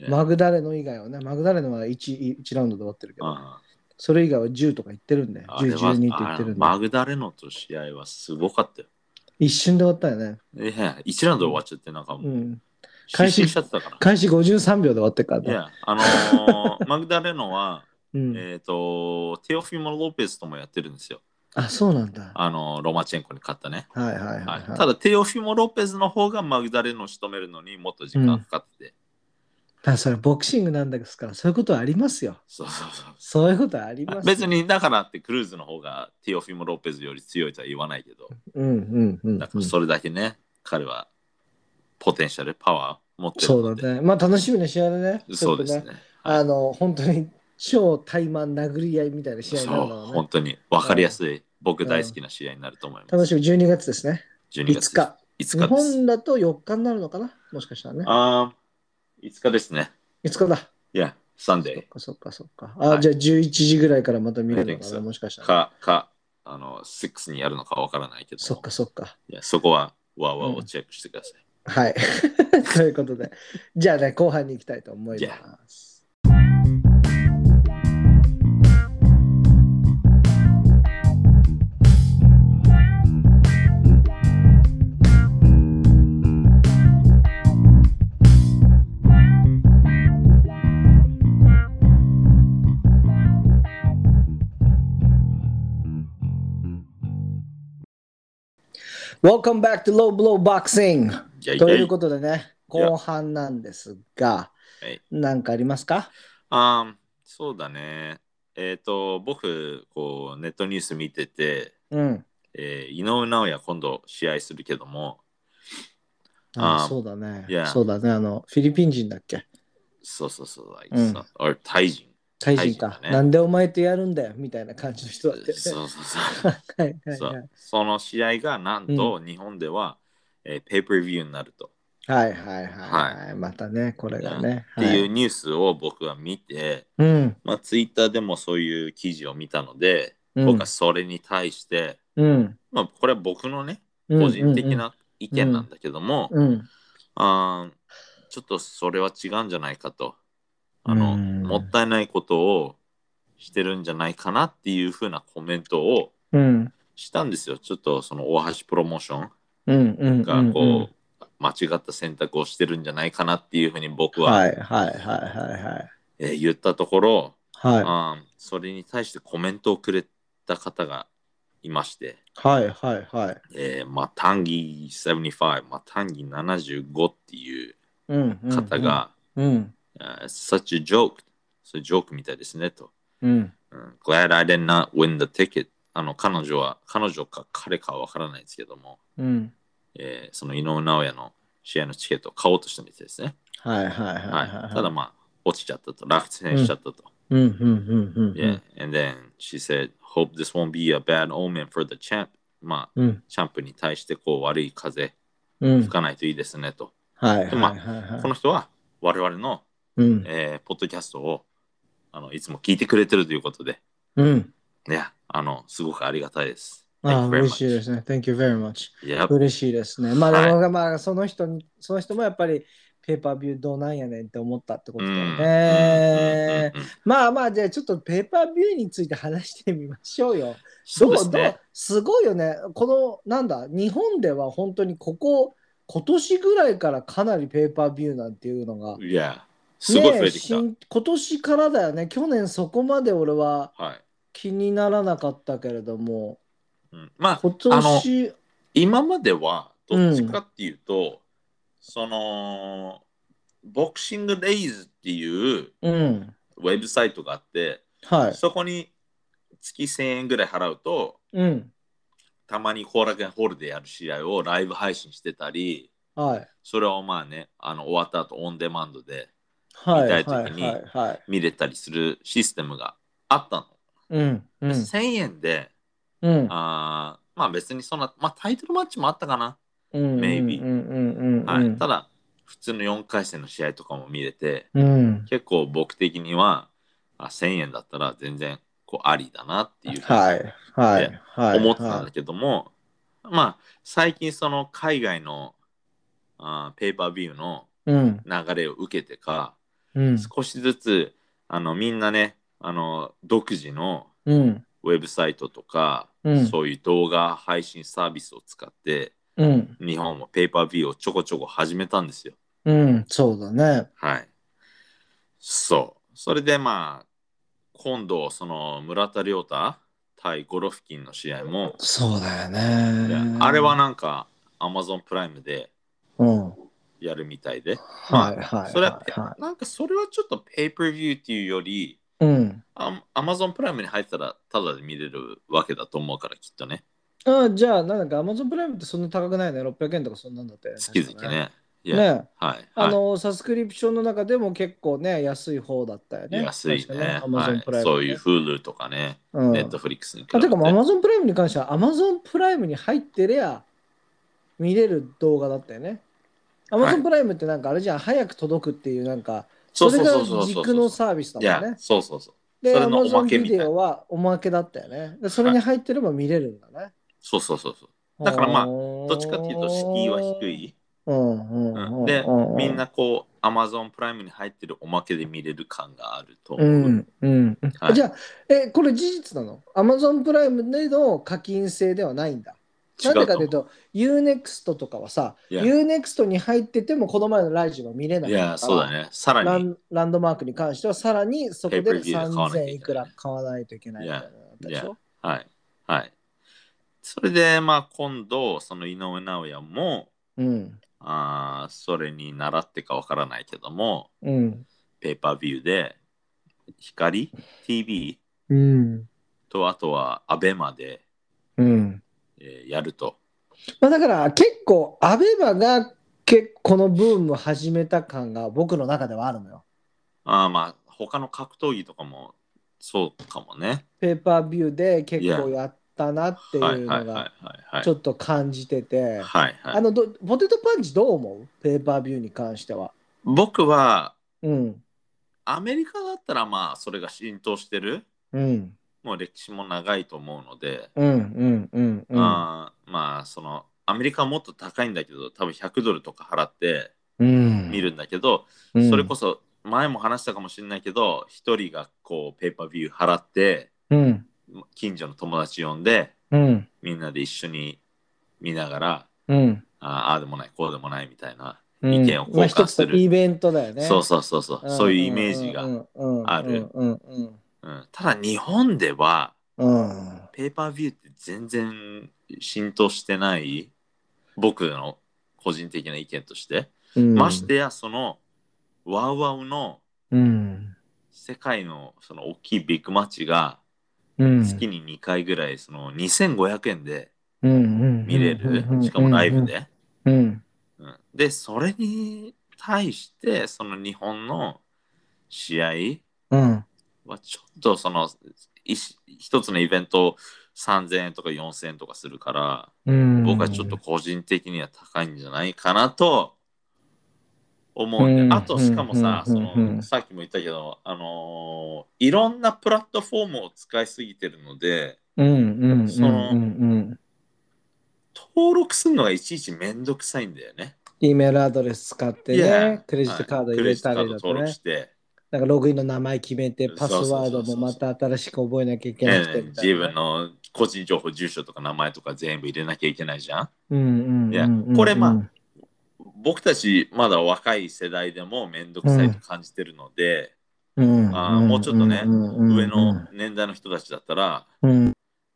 B: ね
A: マグダレノ以外はね、マグダレノは 1, 1ラウンドで終わってるけど、
B: あ
A: それ以外は10とかいってるんで、
B: ああれ
A: 10、12っ
B: は
A: て言って
B: あ
A: る
B: の
A: んで、
B: マグダレノと試合はすごかったよ。
A: 一瞬で終わったよね。
B: いや、1ラウンド終わっちゃって、なんかも
A: う
B: う、
A: ん。開始
B: 失神しちゃってたから。
A: 開始53秒で終わってっから
B: い
A: ね。
B: や、あのーマグダレノは、
A: うん、
B: えっ、と、テオフィモ・ロペスともやってるんですよ。
A: あ、そうなんだ。
B: あの、ロマチェンコに勝ったね。
A: はいはいはい、
B: は
A: はいい。
B: ただ、テオフィモ・ロペスの方がマグダレノを仕留めるのにもっと時間かかってて。
A: ただそれボクシングなんですから、そういうことはありますよ。
B: そうそうそう。
A: そういうことはあります。
B: 別。にだからってクルーズの方がティオフィモ・ロペズより強いとは言わないけど、
A: うんうんうん、う
B: だから
A: ん。
B: それだけね、彼はポテンシャル、パワー持ってる
A: そ
B: の
A: う
B: で
A: だね。まあ楽しみな試合だね。
B: そうです
A: ちょ
B: ね
A: っと。あの、本当に超怠慢殴り合いみたいな試合にな
B: そ
A: る
B: う
A: の、は
B: 本
A: ね。
B: 当に分かりやすい、僕大好きな試合になると思いま
A: 楽
B: す。
A: しみ、12月ですね。
B: 12
A: 5
B: 月
A: 日。
B: 5
A: 日
B: 日です。
A: 本だと4日になるのかなもしかしたらね。
B: あー5日ですね。
A: 5日だ。
B: いや、サンデ
A: そっかそっかそっか。あ、
B: はい
A: じゃあ11時ぐらいからまた見るの
B: I think
A: か
B: so.
A: なもしかした
B: ー
A: ら。
B: か、か、あの、6にやるのか分からないけど、
A: そっかそっか。
B: いやそこは、わーわーをチェックしてください。
A: はい。 ということで、じゃあね、後半に行きたいと思います。Welcome back to Low Blow Boxing!
B: じゃあ
A: という
B: 行
A: ことでね、
B: いや
A: 後半なんですが
B: はい、
A: 何かありますか
B: あーそうだね。えっ、と、僕、こう、ネットニュース見てて、
A: うん。
B: えー井上尚弥今度試合するけども、
A: あ
B: あ
A: そうだね。
B: Yeah
A: そうだね。あの、フィリピン人だっけ
B: そうそうそう、like,
A: うん
B: そう or タイ人。
A: タイ人か
B: タイ人だ。ね
A: なんでお前とやるんだよみたいな感じの人だって。
B: そうそうそう。
A: はいはい
B: そ
A: は
B: うその試合がなんと日本では、えーペーパービューになると、
A: い。はいはいはいはい。またね、これがね。
B: って
A: は
B: いう
A: い
B: ニュースを僕は見て、
A: うん。
B: まあ、ツイッターでもそういう記事を見たので、
A: うん
B: 僕はそれに対して、
A: うん。
B: まあ、これは僕のね、
A: うん
B: 個人的。な意見なんだけども、
A: うんうん。
B: あーちょっとそれは違うんじゃないかとあの、
A: うん
B: もったいないことをしてるんじゃないかなっていうふうなコメントを
A: うん。
B: したんですよちょっとその大橋プロモーション
A: うん。うん。
B: がこう、
A: うんうん
B: 間違った選択をしてるんじゃないかなっていうふうに僕は、
A: はいはいはいは
B: えー言ったところ、
A: いはい。は
B: あーそれに対してコメントをくれた方がいまして、
A: いはいはいはい。
B: えー、マタンギ75マタンギ75っていう
A: うんうん。
B: 方が、
A: うん。
B: Uh, it's such a joke. そういうジョークみたいですねと。
A: うん。
B: うん、Glad I did not win the ticket. あの彼女は、彼女か彼かはわからないですけども、
A: うん。
B: えーその井上尚弥の試合のチケットを買おうとしたみたいですね。
A: はいはいはい
B: は
A: はい
B: い
A: はい。。
B: ただまあ、落ちちゃったと。落選しちゃったと。
A: うんうんうんうん。
B: yeah. And then she said, Hope this won't be a bad omen for the champ. まあ、
A: うん
B: チャンプに対してこう悪い風
A: うん
B: 吹。かないといいですねと。
A: はいはい
B: でま
A: は
B: あ
A: いはい
B: こ。の人は我々の、
A: うん
B: えーポッドキャストをあのいつも聞いてくれてるということで、
A: うん。
B: いや、あの、すごくありがたいです。
A: ああ、
B: Thank you very
A: 嬉しいですね。Thank you very much.
B: much. Yep.
A: 嬉しいですね。まあ、
B: はい
A: でも、まあ、その人に、その人もやっぱり、ペーパービューどうなんやねんって思ったってことだよね。
B: うんうんうんうん
A: まあまあ、じゃあちょっとペーパービューについて話してみましょうよ。
B: そうです
A: どうど
B: ね
A: う。すごいよね。この、なんだ、日本では本当にここ、今年ぐらいからかなりペーパービューなんていうのが、
B: いや、すごい増えてきた。
A: ね新今年からだよね。去年そこまで俺は
B: はい
A: 気にならなかったけれども、
B: うん、まあ、
A: 今年、
B: 今まではどっちかっていうと、その、ボクシングレイズっていう
A: うん。
B: ウェブサイトがあって、
A: はい。
B: そこに月1000円ぐらい払うと、
A: うん。
B: たまに後楽園ホールでやる試合をライブ配信してたり、
A: はい。
B: それをまあね、あの終わった後オンデマンドで
A: はい。
B: たい
A: はい。
B: 時に
A: はい。はい。
B: 見れたりするシステムがあったの。
A: うん。うん。
B: 1000円で、
A: うん。
B: あーまあ別にそんな、まあタイトルマッチもあったかな。
A: うん。
B: maybe
A: うん。うん。うん。
B: はい。
A: うん
B: ただ、普通の4回戦の試合とかも見れて、
A: うん。
B: 結構僕的には、あ1000円だったら全然こうありだなっていうふうに
A: はい。はい。はい。
B: 思ってたん
A: は
B: だけども、まあ最近その海外のあーペーパービューの
A: い。うん。
B: 流れを受けてか、
A: うん。
B: 少しずつあのみんなね、あの独自の
A: うん。
B: ウェブサイトとか、
A: うん
B: そういう動画配信サービスを使って
A: うん。
B: 日本もペーパービューをちょこちょこ始めたんですよ。
A: うん。うん、そうだね。
B: はい。そう。それでまあ、今度、その村田亮太対ゴロフキンの試合も、
A: そうだよね。
B: あれはなんか Amazon プライムで
A: うん。は
B: やるみたいで、
A: いはいはい、
B: それは
A: は
B: なんかそれはちょっとペイプビューっていうより、
A: い。うん。
B: あ Amazon プライムに入ったらただで見れるわけだと思うからきっとね、
A: あじゃあ、なんか Amazon プライムってそんな高くないね。600円とかそんなんだって。
B: 月々。ね。いや、
A: ね。
B: はい。はい
A: あの、サブスクリプションの中でも結構ね、安い方だったよね。
B: 安い
A: 確か
B: ね、は
A: Amazon
B: い
A: プライムね、
B: そういう Hulu とかね、
A: うん、
B: Netflix に比
A: あ
B: べ
A: て
B: て。
A: かもう Amazon プライムに関しては Amazon プライムに入ってりゃ見れる動画だったよね。
B: はい
A: Amazon プライムってなんかあれじゃん、早く届くっていうなんか、
B: そ
A: そうれ
B: そう
A: が
B: そうそうそう
A: 軸のサービスだ
B: い
A: も
B: や
A: んね。
B: そうそうそう。
A: で、
B: それのおま
A: Amazon
B: けみたい
A: ビデオはおまけだったよね。でそれに入ってれば見れるんだね。
B: そうそうそうそう。だからまあ
A: ど
B: どっちかっていうと、敷居は低。い。
A: うんうんうん
B: うんで
A: う、
B: みんなこう、Amazon プライムに入ってるおまけで見れる感があると思
A: う
B: う。
A: んうん、
B: はい
A: じゃあ、え、これ事実なの ?Amazon プライムでの課金制ではないんだ。
B: 違
A: な
B: うん
A: で
B: と
A: か
B: 思
A: というと、UNEXT とかはさ、
B: いや
A: UNEXT に入っててもこの前のライジは見れないいから
B: や、そうだね。さら
A: ラ
B: に、
A: ン。ランドマークに関してはさらにそこで
B: Pay-per-view で買わなきゃいけな
A: 3000
B: い
A: いくら買わないといけないみたいなのだったでしょ
B: はい。はい。それで、まあ、今度、その井上尚弥も、
A: うん。
B: あーそれに習ってかわからないけども、
A: うん。
B: ペーパービューで、光 TV
A: うん。
B: と、あとは、アベマで、
A: うん。
B: えーやると。
A: まあだから結構、アベマが結構このブーム始めた感が僕の中ではあるのよ。
B: あーまあ、他の格闘技とかも、そうかもね。
A: ペーパービューで結構やったなっていうのが
B: が
A: ちょっと感じてて、
B: はいは
A: あ
B: い、
A: のど、ポテトパンチどう思うペーパービューに関しては。
B: 僕は
A: うん。
B: アメリカだったらまあそれが浸透してる
A: うん。
B: もう歴史も長いと思うので、
A: うんうんうん
B: あーまあそのアメリカはもっと高いんだけど多分100ドルとか払って
A: うん
B: 見るんだけど、
A: うん
B: それこそ前も話したかもしれないけど一人がこうペーパービュー払って
A: うん
B: 近所の友達呼んで
A: うん
B: みんなで一緒に見ながら
A: うん
B: あーあーでもないこうでもないみたいな、
A: うん
B: 意見を交換する
A: まあ一つのイベントだよね
B: そうそうそうそう、そういうイメージが、
A: が
B: ある
A: うんうん
B: うん、ただ日本では
A: うん
B: ペーパービューって全然浸透してない僕の個人的な意見として、
A: うん
B: ましてやそのワウワウの
A: うん
B: 世界のその大きいビッグマッチが
A: うん
B: 月に2回ぐらいその2500円で
A: うんうん
B: 見れ
A: うん
B: る
A: うんうん
B: しかもライブで、
A: うん
B: うん、でそれに対してその日本の試合
A: うん
B: はちょっとそのいし一つのイベント3000円とか4000円とかするから
A: うん
B: 僕はちょっと個人的には高いんじゃないかなと思うんで、
A: うん
B: あとしかもさ、
A: うん
B: そ
A: うんうん
B: のさっきも言ったけど、あのーいろんなプラットフォームを使いすぎてるので
A: うんうんうん
B: その
A: うんうん
B: 登録するのがいちいちめんどくさいんだよね。
A: E メールアドレス使って
B: いや
A: ねクレジットカード
B: は
A: 入
B: いクレ
A: れ
B: ジット
A: た
B: カー
A: り
B: ド
A: だと
B: 登録
A: ね
B: して、
A: なんかログインの名前決めてパスワードもまた新しく覚えなきゃいけなくて
B: えー
A: みたい
B: 自
A: なね
B: 分の個人情報、住所とか名前とか全部入れなきゃいけないじゃん。
A: うんうんうんうん
B: いやこれまあ僕たちまだ若い世代でもめんどくさいと感じてるので、あーもうちょっとね上
A: 上
B: の年代の人たちだったら
A: うん、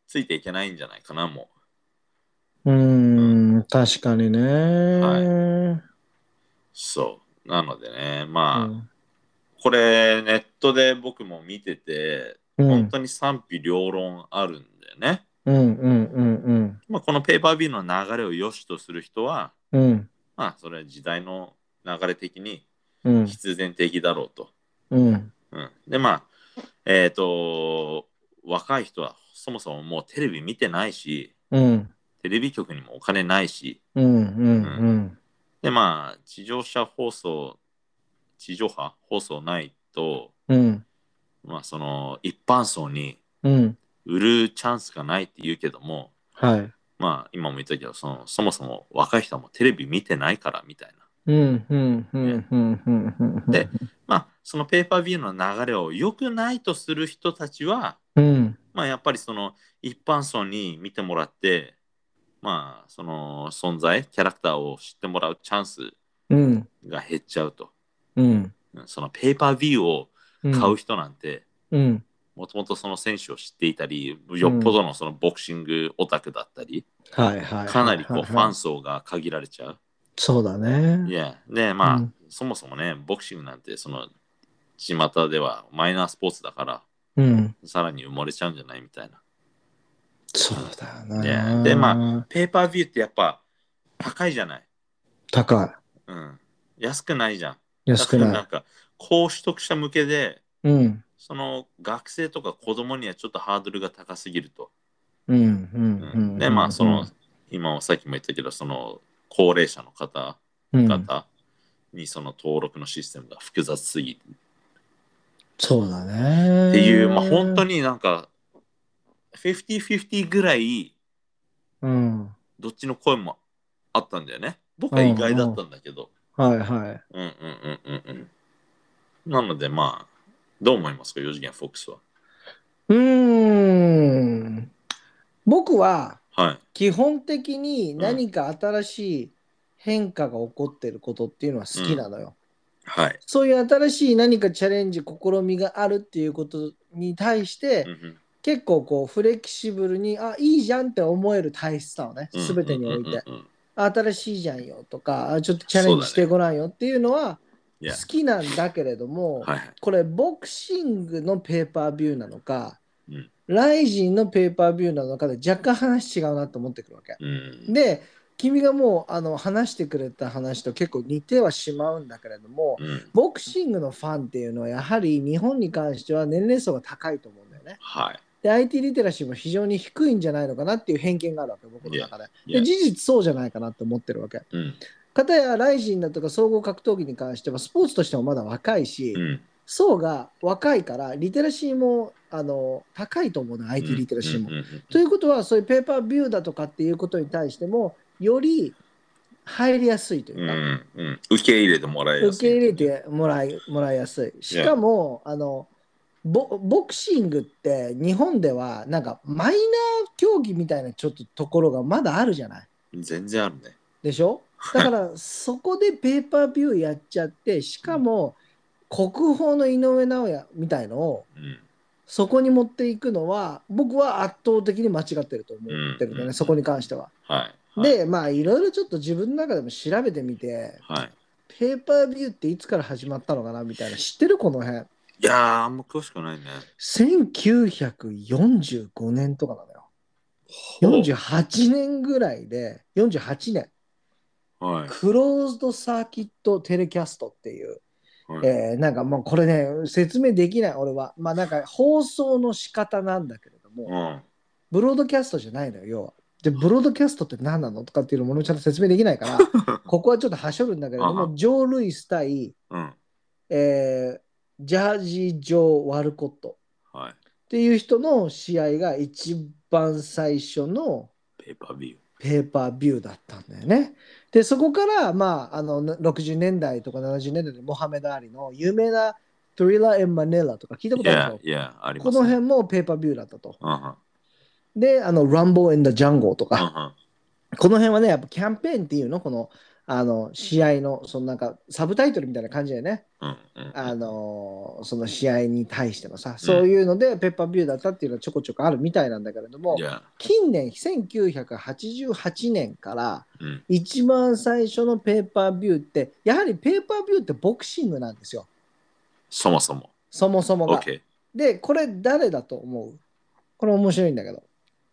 B: ついていけないんじゃないかなもう。
A: うん、確かにね、
B: そう。なのでね、まあ、
A: うん
B: これネットで僕も見てて、
A: うん
B: 本当に賛否両論あるんだよね。
A: うんうんうん
B: まあ、このペーパービューの流れを良しとする人は、
A: うんうん
B: まあ、それは時代の流れ的に
A: うん
B: 必然的だろうと。
A: うん
B: うん、で、まあ、えっ、と、若い人はそもそももうテレビ見てないし、
A: うん
B: テレビ局にもお金ないし、
A: うんうん
B: で、まあ、地上車放送、地上波放送ないと、
A: うん
B: まあ、その一般層に
A: うん
B: 売るチャンスがないって言うけども、
A: はい
B: まあ、今も言ったけどその、そもそも若い人はもうテレビ見てないからみたいな。
A: うんうんうんうんうんうん
B: でまあ、そのペーパービューの流れを良くないとする人たちは、
A: うん
B: まあ、やっぱりその一般層に見てもらって、まあ、その存在、キャラクターを知ってもらうチャンス
A: うん。
B: が減っちゃうと。
A: うん。
B: うんそのペーパービューを
A: うん
B: 買う人なんて、
A: うん。
B: もともとその選手を知っていたり、よっぽどのそのボクシングオタクだったり、
A: はいはいはい。
B: かなりこうファン
A: ス。
B: 層が限られちゃう。
A: そうだ
B: い
A: ね。
B: や、で、まあ、
A: うん
B: そもそもね、ボクシングなんて、その、巷ではマイナースポーツだから、
A: うん。
B: さらに埋もれちゃうんじゃないみたいな。
A: そうだ
B: い
A: な。
B: やでまペーパービューってやっぱ高いじゃない。
A: 高い。
B: うん。安くないじゃん。
A: 安く
B: だ
A: な
B: からん
A: い。
B: か、高取得者向けで、
A: うん。
B: その学生とか子供にはちょっとハードルが高すぎると。
A: うん。う
B: うん
A: ん。うん。
B: で、まあ、その、今さっきも言ったけど、その高齢者の方
A: うん、うん。
B: 々にその登録のシステムが複雑すぎて
A: そうだね。
B: っていう、まあ、本当になんか、50-50ぐらい、
A: うん。
B: どっちの声もあったんだよね。僕は意外だったんだけど。
A: はいはい。
B: うんうんうんうんうん。なので、まあ、どう思いますか、4次元フォックスは。
A: うーん。僕は
B: はい。
A: 基本的に何か新しい変化が起こってることっていうのは好きなのよ。
B: はい。
A: そういう新しい何かチャレンジ、試みがあるっていうことに対して、
B: うんうん
A: 結構こうフレキシブルに、あ、いいじゃんって思える体質なのね、
B: うん
A: すべてにおいて。
B: うんうんうん
A: あ新しいじゃんよとか、あちょっとチャレンジしてごらんよっていうのは
B: そうだねいや
A: 好きなんだけれども、
B: はいはい。
A: これボクシングのペーパービューなのか、
B: うん
A: ライジンのペーパービューなのかで若干話違うなと思ってくるわけ。
B: うん。
A: で君がもうあの話してくれた話と結構似てはしまうんだけれども
B: うん、
A: ボクシングのファンっていうのはやはり日本に関しては年齢層が高いと思うんだよね。
B: は
A: で IT リテラシーも非常に低いんじゃないのかなっていう偏見があるわけ僕の中で。
B: い。
A: で事実そうじゃないかなって思ってるわけ。
B: うん。
A: かたやライジンだとか総合格闘技に関してはスポーツとしてもまだ若いし、
B: うん。
A: 層が若いからリテラシーもあの高いと思うの IT リテラシーも。
B: うんうんうん
A: ということはそういうペーパービューだとかっていうことに対してもより入りやすいといううか、
B: んうん。受け入れてもらえや
A: 受
B: すい
A: け入れ。てもらいもらいやすい。しかもあのボボクシングって日本ではなんかマイナー競技みたいなちょっとところがまだあるじゃない
B: 全然あるね。
A: でしょだからそこでペーパービューやっちゃってしかも国宝の井上尚弥みたいのを
B: うん。
A: そこに持っていくのは僕は圧倒的に間違ってると思ってるんだよ
B: うんうんうん
A: ねそこに関しては。
B: はい。はい、
A: でまあいろいろちょっと自分の中でも調べてみて
B: はい。
A: ペーパービューっていつから始まったのかなみたいな知ってるこの辺
B: いやー、あんま詳しくないね。
A: 1945年とかなのよ48年ぐらいで48年
B: はい。
A: クローズドサーキットテレキャストっていう
B: はい
A: えーなんかもうこれね説明できない俺はまあなんか放送の仕方なんだけれど
B: う
A: も
B: ん。
A: ブロードキャストじゃないのよ要はでブロードキャストって何なのとかっていうのも俺もちゃんと説明できないから ここはちょっとはしょるんだけれど
B: あは
A: もジョー・ルイス対、
B: うん。
A: えージャージー・ジョー・ワルコット
B: は
A: っていう人の試合が一番最初の
B: い。ペーパービュー。
A: ペーパービューだったんだよね。でそこから、まあ、あの60年代とか70年代でモハメド・アリの有名な「トリラー・エン・マネラ」とか聞いたこ
B: い
A: とあ
B: や
A: るでし
B: いや、あり
A: ょ
B: ま
A: こ
B: す、
A: の
B: ね。
A: 辺もペーパービューだったと。
B: この辺。
A: で、あの、ランボー・エンダ・ジャンゴと
B: うんう
A: か、
B: ん。うん
A: この辺はね、やっぱキャンペーンっていうの、この、あの、試合の、そのなんか、サブタイトルみたいな感じでね、
B: うんうん。
A: あのーその試合に対してのさ、そういうので、ペーパービューだったっていうのはちょこちょこあるみたいなんだけれども
B: い、や、
A: 近年、1988年から、
B: うん。
A: 一番最初のペーパービューってやはりペーパービューってボクシングなんですよ
B: そもそも。
A: そもそもが。
B: OK。
A: でこれ誰だと思うこれ面白いんだけど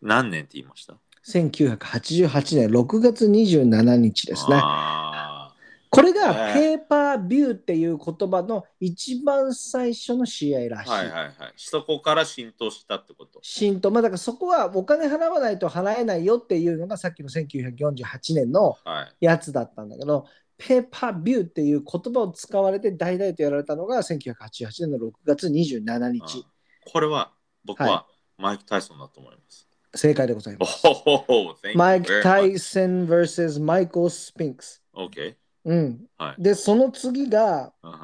B: 何年って言いました
A: 1988年6月27日ですね。
B: あ
A: これが
B: ね
A: ペーパービューっていう言葉の一番最初の試合らし
B: ー
A: い。
B: はいはいはい。そこから浸透したってこと。
A: 浸透まあ、だからそこはお金払わないと払えないよっていうのがさっきの1948年の
B: はい。
A: やつだったんだけど、ペーパービューっていう言葉を使われて大々とやられたのが1988年の6月27
B: うん
A: 日。
B: これは僕は
A: は
B: マイク・タイソンだと思います。
A: 正解でござい
B: お
A: ます。
B: お、thank you very much
A: マイク・タイセン vs マイコー・スピンクス。
B: OK。
A: うん。
B: はい。
A: で、その次が
B: うんうん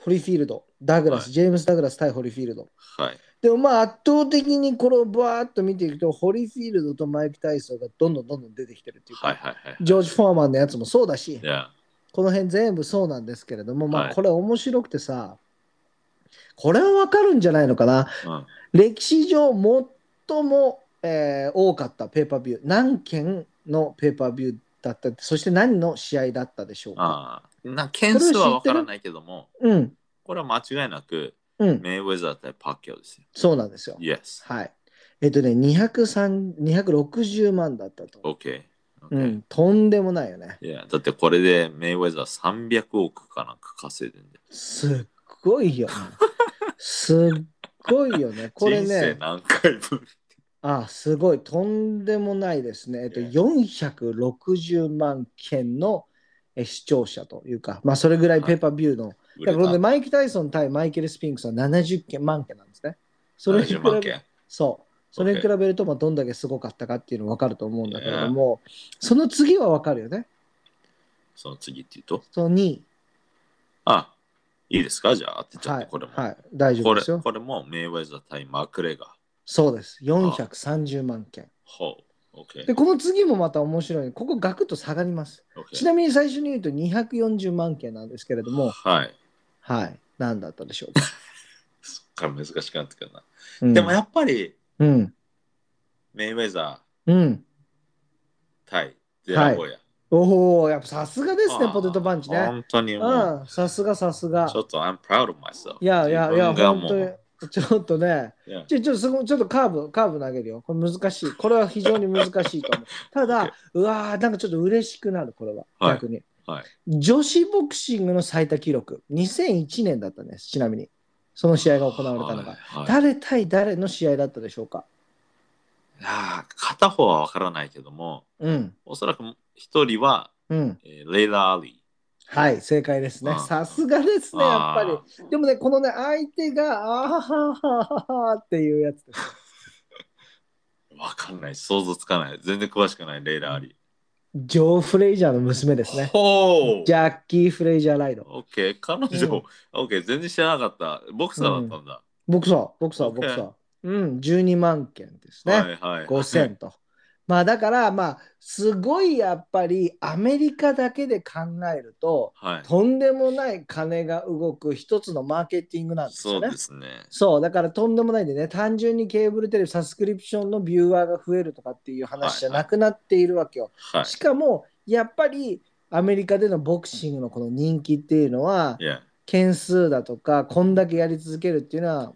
A: ホリフィールド、ダグラス、
B: はい
A: ジェームス・ダグラス対ホリフィールド。
B: はい。
A: でもまあ圧倒的にこれをバーッと見ていくと、ホリフィールドとマイク・タイソンがどんどんどんどん出てきてるっていうか、
B: はいはいはい。
A: ジョージ・フォーマンのやつもそうだし
B: い、や、
A: この辺全部そうなんですけれども、ま
B: は
A: あ、
B: い
A: これ面白くてさ、これはわかるんじゃないのかな
B: うん
A: 歴史上最も、えー多かったペーパービュー何件のペーパービューだったそして何の試合だったでしょうか
B: ああな件数は分からないけども、
A: うん
B: これは間違いなく
A: うん
B: メイウェザー対パッキャオですよ。
A: そうなんですよ
B: Yes。
A: はいえっとね203 260万だったと、
B: OK。
A: う
B: OK
A: ん、とんでもないよね
B: いや、だってこれでメイウェザー300億かなんか稼いでんだよ。
A: すっごい よねすっごいよねこれ
B: 人生
A: ね
B: 何回分。
A: あすごいとんでもないですね、えっと、
B: Yeah.
A: 460万件のえ視聴者というか、まあ、それぐらいペーパービューの、
B: 売
A: だ
B: れ
A: からこれで
B: た
A: マイク・タイソン対マイケル・スピンクスは70件万件なんですね。それに比
B: 70万
A: べ
B: 件。
A: そうそれに比べるとまあどんだけすごかったかっていうの分かると思うんだけれども、その次は分かるよね。
B: その次っていうと。
A: その2位、
B: あ、いいですかじゃあ当てちゃっ
A: は
B: て
A: い
B: これも。
A: はい、大丈
B: こ
A: 夫で
B: れ
A: すよ。
B: これもメイウェザー対マクレガー。
A: そうです、430万件。
B: ほう。OK。
A: で、この次もまた面白いのここガクッと下がります。
B: OK
A: ちなみに最初に言うと240万件なんですけれども、
B: はい。
A: はい、何だったでしょう か。
B: そっから難しくなってくるな。
A: うん
B: でもやっぱり
A: うん、
B: メイウェザ
A: うん。
B: ー対デラゴヤ。
A: おお、やっぱさすがですね
B: あ、ー
A: ポテトパンチね。
B: 本当にもう、
A: うん、さすがさすが
B: ちょ。っと I'm proud of myself.
A: いやいやいや、
B: 自分が
A: 本
B: も
A: 当
B: う
A: に。ちょっとね、
B: いや
A: ちょちょすごちょっとカーブ、カーブ投げるよ。これ難しい。これは非常に難しいと 思う。ただ、うわー、なんかちょっと嬉しくなる、これは。
B: はい
A: 逆に、
B: はい
A: 女子ボクシングの最多記録、2001年だったんです、ちなみに。その試合が行われたのが。
B: はいはい
A: 誰対誰の試合だったでしょうか。
B: あー片方は分からないけども、
A: うん、
B: おそらく一人は、
A: うん。
B: えーレイラ・アリ
A: はい、正解ですね
B: あ。ー
A: さすがです
B: ー。
A: ね、やっぱり。
B: あ
A: でもね、このね、相手が、あーははははっていうやつです。
B: ー分かんない。想像つかない。全然詳しくない、レイラ・アリ
A: ジョー・フレイジャーの娘ですね。
B: ほう
A: ジャッキー・フレイジャー・ライド。
B: オッケー、彼
A: う
B: 女
A: ん、
B: オッケー、全然知らなかった。ボクサーだったんだ。
A: ボクサー、ボクサー、
B: Okay
A: ボクサー。うん、12万件ですね。
B: はいはい。
A: 5000と。まあだから、まあ、すごいやっぱりアメリカだけで考えると、
B: はい。
A: とんでもない金が動く一つのマーケティングなんです
B: そ
A: よ
B: う
A: ね
B: で。すね。
A: そうだからとんでもないんでね単純にケーブルテレビサスクリプションのビューアーが増えるとかっていう話じゃなくなっているわけよ。
B: はい。
A: しかもやっぱりアメリカでのボクシングのこの人気っていうのはい
B: や、
A: 件数だとかこんだけやり続けるっていうのは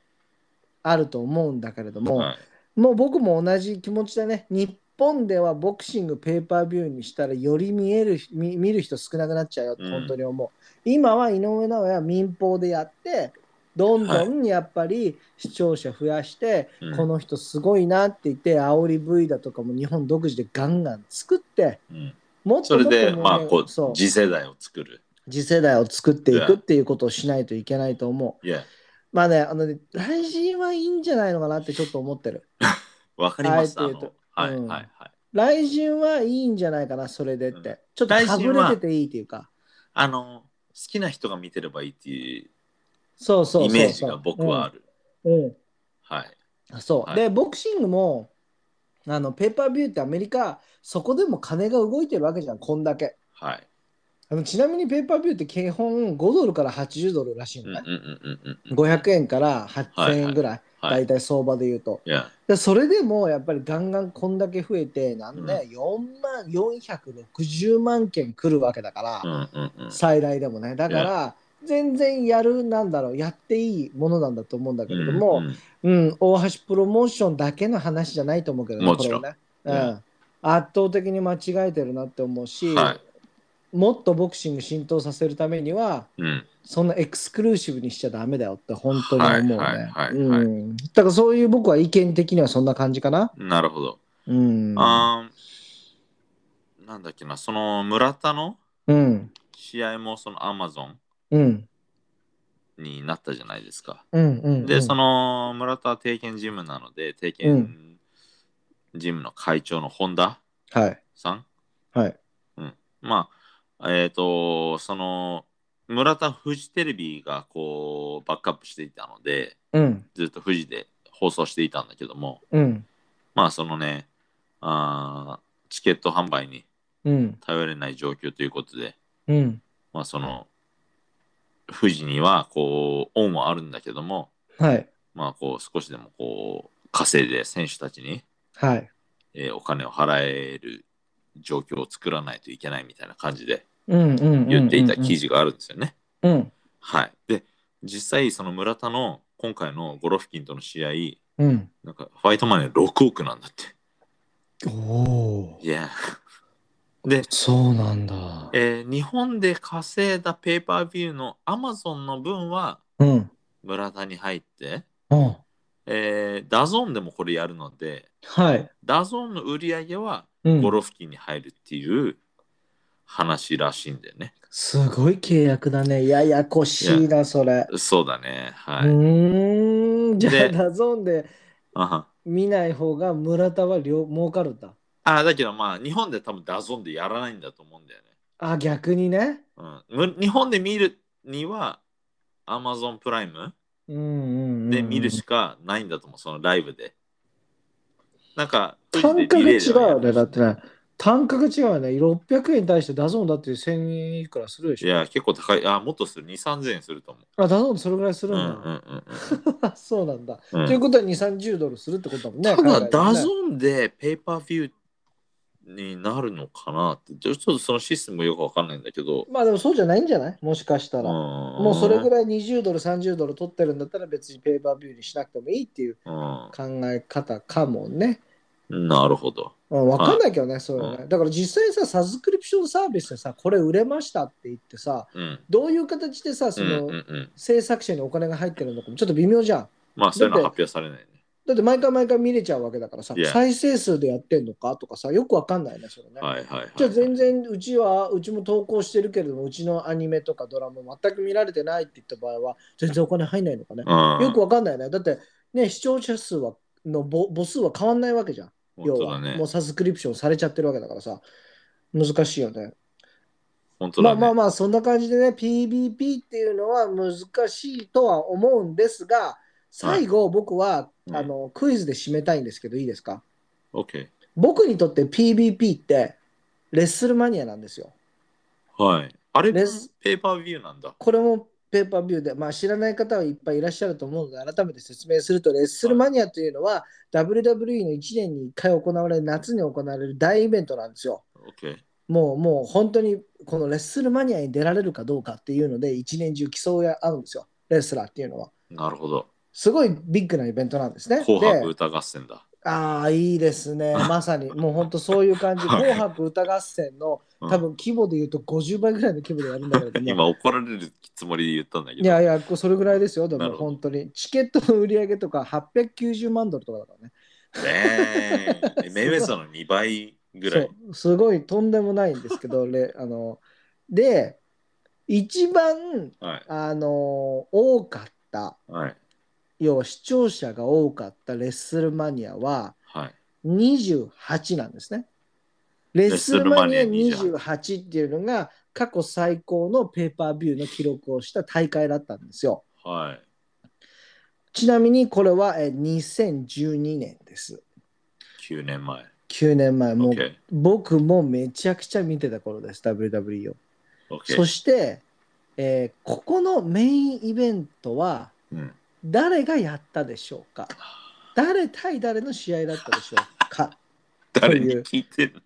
A: あると思うんだけれども、
B: はい
A: もう僕も同じ気持ちでね日本ではボクシングペーパービューにしたらより見える見見る人少なくなっちゃうよって
B: うん
A: 本当に思う、今は井上尚弥は民放でやってどんどんやっぱり視聴者増やして、
B: うん
A: この人すごいなって言って煽り V だとかも日本独自でガンガン作って
B: うん
A: もっと
B: そ
A: もっ
B: れ
A: とも
B: で、
A: うね
B: まあ、こう
A: そう、
B: 次世代を作る。
A: 次世代を作っていくっていうことをしないといけないと思う。
B: いや、
A: まあね、あのね、来週はいいんじゃないのかなってちょっと思ってる。
B: わかりました。
A: あ
B: あ
A: えて言う
B: の
A: と
B: はいは
A: う
B: い
A: ん
B: はい。
A: 来週はいいんじゃないかな、それでって。
B: うん
A: ちょっとかぶれ
B: 来
A: て
B: 週
A: ていいっていうか。
B: あの、好きな人が見てればいいっていう
A: そうそうそう
B: イ
A: そう。
B: メージが僕はある。
A: うん。うん
B: はい。
A: あそう、
B: はい
A: で、ボクシングも、あの、ペーパービューってアメリカ、そこでも金が動いてるわけじゃん、こんだけ。
B: はい。
A: あのちなみにペーパービューって基本5ドルから80ドルらしい
B: うん
A: の
B: うんう
A: ね
B: ん。うんうん。
A: 500円から8000円ぐらい、
B: はい。
A: 大体相場で言うと。
B: いや、
A: でそれでもやっぱりガンガンこんだけ増えてなんで
B: う
A: 4万460万件来るわけだから、
B: うんうんうん。
A: 最大でもねだから全然やるなんだろうやっていいものなんだと思うんだけれども、
B: うん
A: うん大橋プロモーションだけの話じゃないと思うけどね
B: もちろん
A: これはね、う
B: うんん
A: 圧倒的に間違えてるなって思うし、
B: うんはい。
A: もっとボクシング浸透させるためには
B: うん。
A: そんなエクスクルーシブにしちゃダメだよって本当に思う
B: はい
A: ね
B: はいはいはい
A: うんだからそういう僕は意見的にはそんな感じかな
B: なるほど。
A: うん。
B: あーなんだっけな、その村田の
A: うん。
B: 試合もそのアマゾン
A: うん。
B: になったじゃないですか。
A: うん。うん。
B: で、その村田は定見ジムなので、定
A: う
B: 見ジムの会長の本田
A: はい。
B: さん、
A: はい。
B: まあ、えっ、と、その村田フジテレビがこうバックアップしていたので、
A: うん。
B: ずっとフジで放送していたんだけども、
A: うん。
B: まあ、そのね、あーチケット販売に
A: うん。
B: 頼れない状況ということで、
A: うん。
B: ままあその、富士にはこう、恩はあるんだけども、
A: はい。
B: まあこう、少しでもこう、稼いで選手たちに、
A: はい。
B: えーお金を払える状況を作らないといけないみたいな感じで
A: うんうんうんうん。
B: 言っていた記
A: 事。
B: 事があるんですよね。
A: うん。
B: はい。で、実際その村田の今回のゴロフキンとの試合、
A: うん。
B: なんかファイトマネー6億なんだって。
A: おお
B: い。や。で、
A: そうなんだ。
B: えー日本で稼いだペーパービューのアマゾンの分は
A: うん。
B: 村田に入って、
A: うん。
B: えーダゾーンでもこれやるので、
A: はい。
B: ダゾーンの売り上げは
A: うん
B: ゴ。ロフキンに入るっていう話らしいんでね。
A: すごい契約だね。ややこしいな、それ。
B: そうだね。はい。
A: うーん。じゃあ、
B: で
A: ダゾーンで
B: あは
A: 見ない方が村田は両儲かるんだ。
B: あだけどまあ日本で多分ダゾーンでやらないんだと思うんだよね。
A: あ、逆にね。
B: うん、む日本で見るには Amazon プライム
A: うんうんうん。
B: で見るし。かないんだと思う、そのライブで。なんか、
A: 単価
B: フ
A: が違
B: ジでリレーで
A: う
B: はや
A: よ
B: る
A: ね。だってね。単価が違うよね。600円に対してダゾーンだって1000円いくらするで
B: い
A: しょ。
B: や、結構高い。あ、もっとする。2、3000円すると思う。
A: あ、ダゾーンそれぐらいす
B: うん
A: る
B: うん
A: だ。
B: んうん
A: そうなんだ。
B: うん
A: ということは2、30ドルするってことだもんね。
B: ただ、
A: 海外でも
B: ダ
A: ね
B: ゾーンでペーパービューになるのかなって、ちょちょっとそのシステムよくわかんないんだけど、
A: まあでもそうじゃないんじゃないもしかしたら。も
B: も
A: うそれぐ
B: らい、
A: らい20ドル、30ドル取ってるんだったら別にペーパービューにしなくてもいいっていう
B: う
A: 考え方かもね。
B: ん。なるほど。
A: うん、わかんないけどね、そういうの
B: う
A: ね。だから実際さ、サブスクリプションサービスでさ、これ売れましたって言ってさ、
B: うん。
A: どういう形でさ、そ
B: うんうんう
A: の
B: ん、
A: 制作者にお金が入ってるのかもちょっと微妙じゃん。
B: まあ、そういうのは発表されないね。
A: だって毎回毎回見れちゃうわけだからさ、
B: Yeah
A: 再生数でやってんのかとかさ、よくわかんないね、それね。
B: はいはいはい。
A: じゃあ全然うちはうちも投稿してるけれどもうちのアニメとかドラマ全く見られてないって言った場合は全然お金入んないのかね、
B: うん、
A: よくわかんないねだってね視聴者数はの母母数は変わんないわけじゃん要
B: 本当
A: は
B: だね
A: もう。サブスクリプションされちゃってるわけだからさ難しいよね
B: 本当
A: ま
B: だ
A: あ
B: ね。
A: まあまあそんな感じでね PVP っていうのは難しいとは思うんですが最後僕は、
B: うん
A: あのクイズで締めたいんですけどいいですか
B: OK。
A: 僕にとって PVP ってレッスルマニアなんですよ
B: はい。あれ、ペ
A: レス
B: ーパービューなんだ。
A: これもペーパービューで、まあ、知らない方はいっぱいいらっしゃると思うので、改めて説明すると、レッスルマニアというのは、WWE の1年に1回行われる、夏に行われる大イベントなんですよ。
B: OK。
A: もう、もう本当に、このレッスルマニアに出られるかどうかっていうので、一年中競い合うんですよ、レスラーっていうのは。
B: なるほど。
A: すごいビッグなイベントなんですね。
B: 紅白
A: で
B: 歌合戦だ。
A: ああ、いいです ね。まさに、もう本当そういう感じ。
B: はい
A: 紅白歌合戦の、
B: うん
A: 多分規模で言うと50倍ぐらいの規模でやるんだけれども。
B: 今怒られるつもりで言ったんだけど。
A: いやいや、こうそれぐらいですよ、で
B: な
A: も
B: るほど
A: 本当に。チケットの売り上げとか890万ドルとかだからね。
B: ね え。メイウェザーの2倍ぐらい。
A: そうすごいとんでもないんですけど、れあので、一番
B: はい。
A: あの多かった、
B: はい。
A: 要は視聴者が多かったレッスルマニアは
B: はい。
A: 28なんですね。レッスルマニア28っていうのが過去最高のペーパービューの記録をした大会だったんですよ。
B: はい。
A: ちなみにこれはえー2012年です。
B: 9年前。
A: 9年前もう
B: OK。
A: 僕もめちゃくちゃ見てた頃です WWE を
B: OK。
A: そして、えーここのメインイベントは
B: うん
A: 誰がやったでしょうか誰対誰の試合だったでしょうか
B: 誰に聞いてん の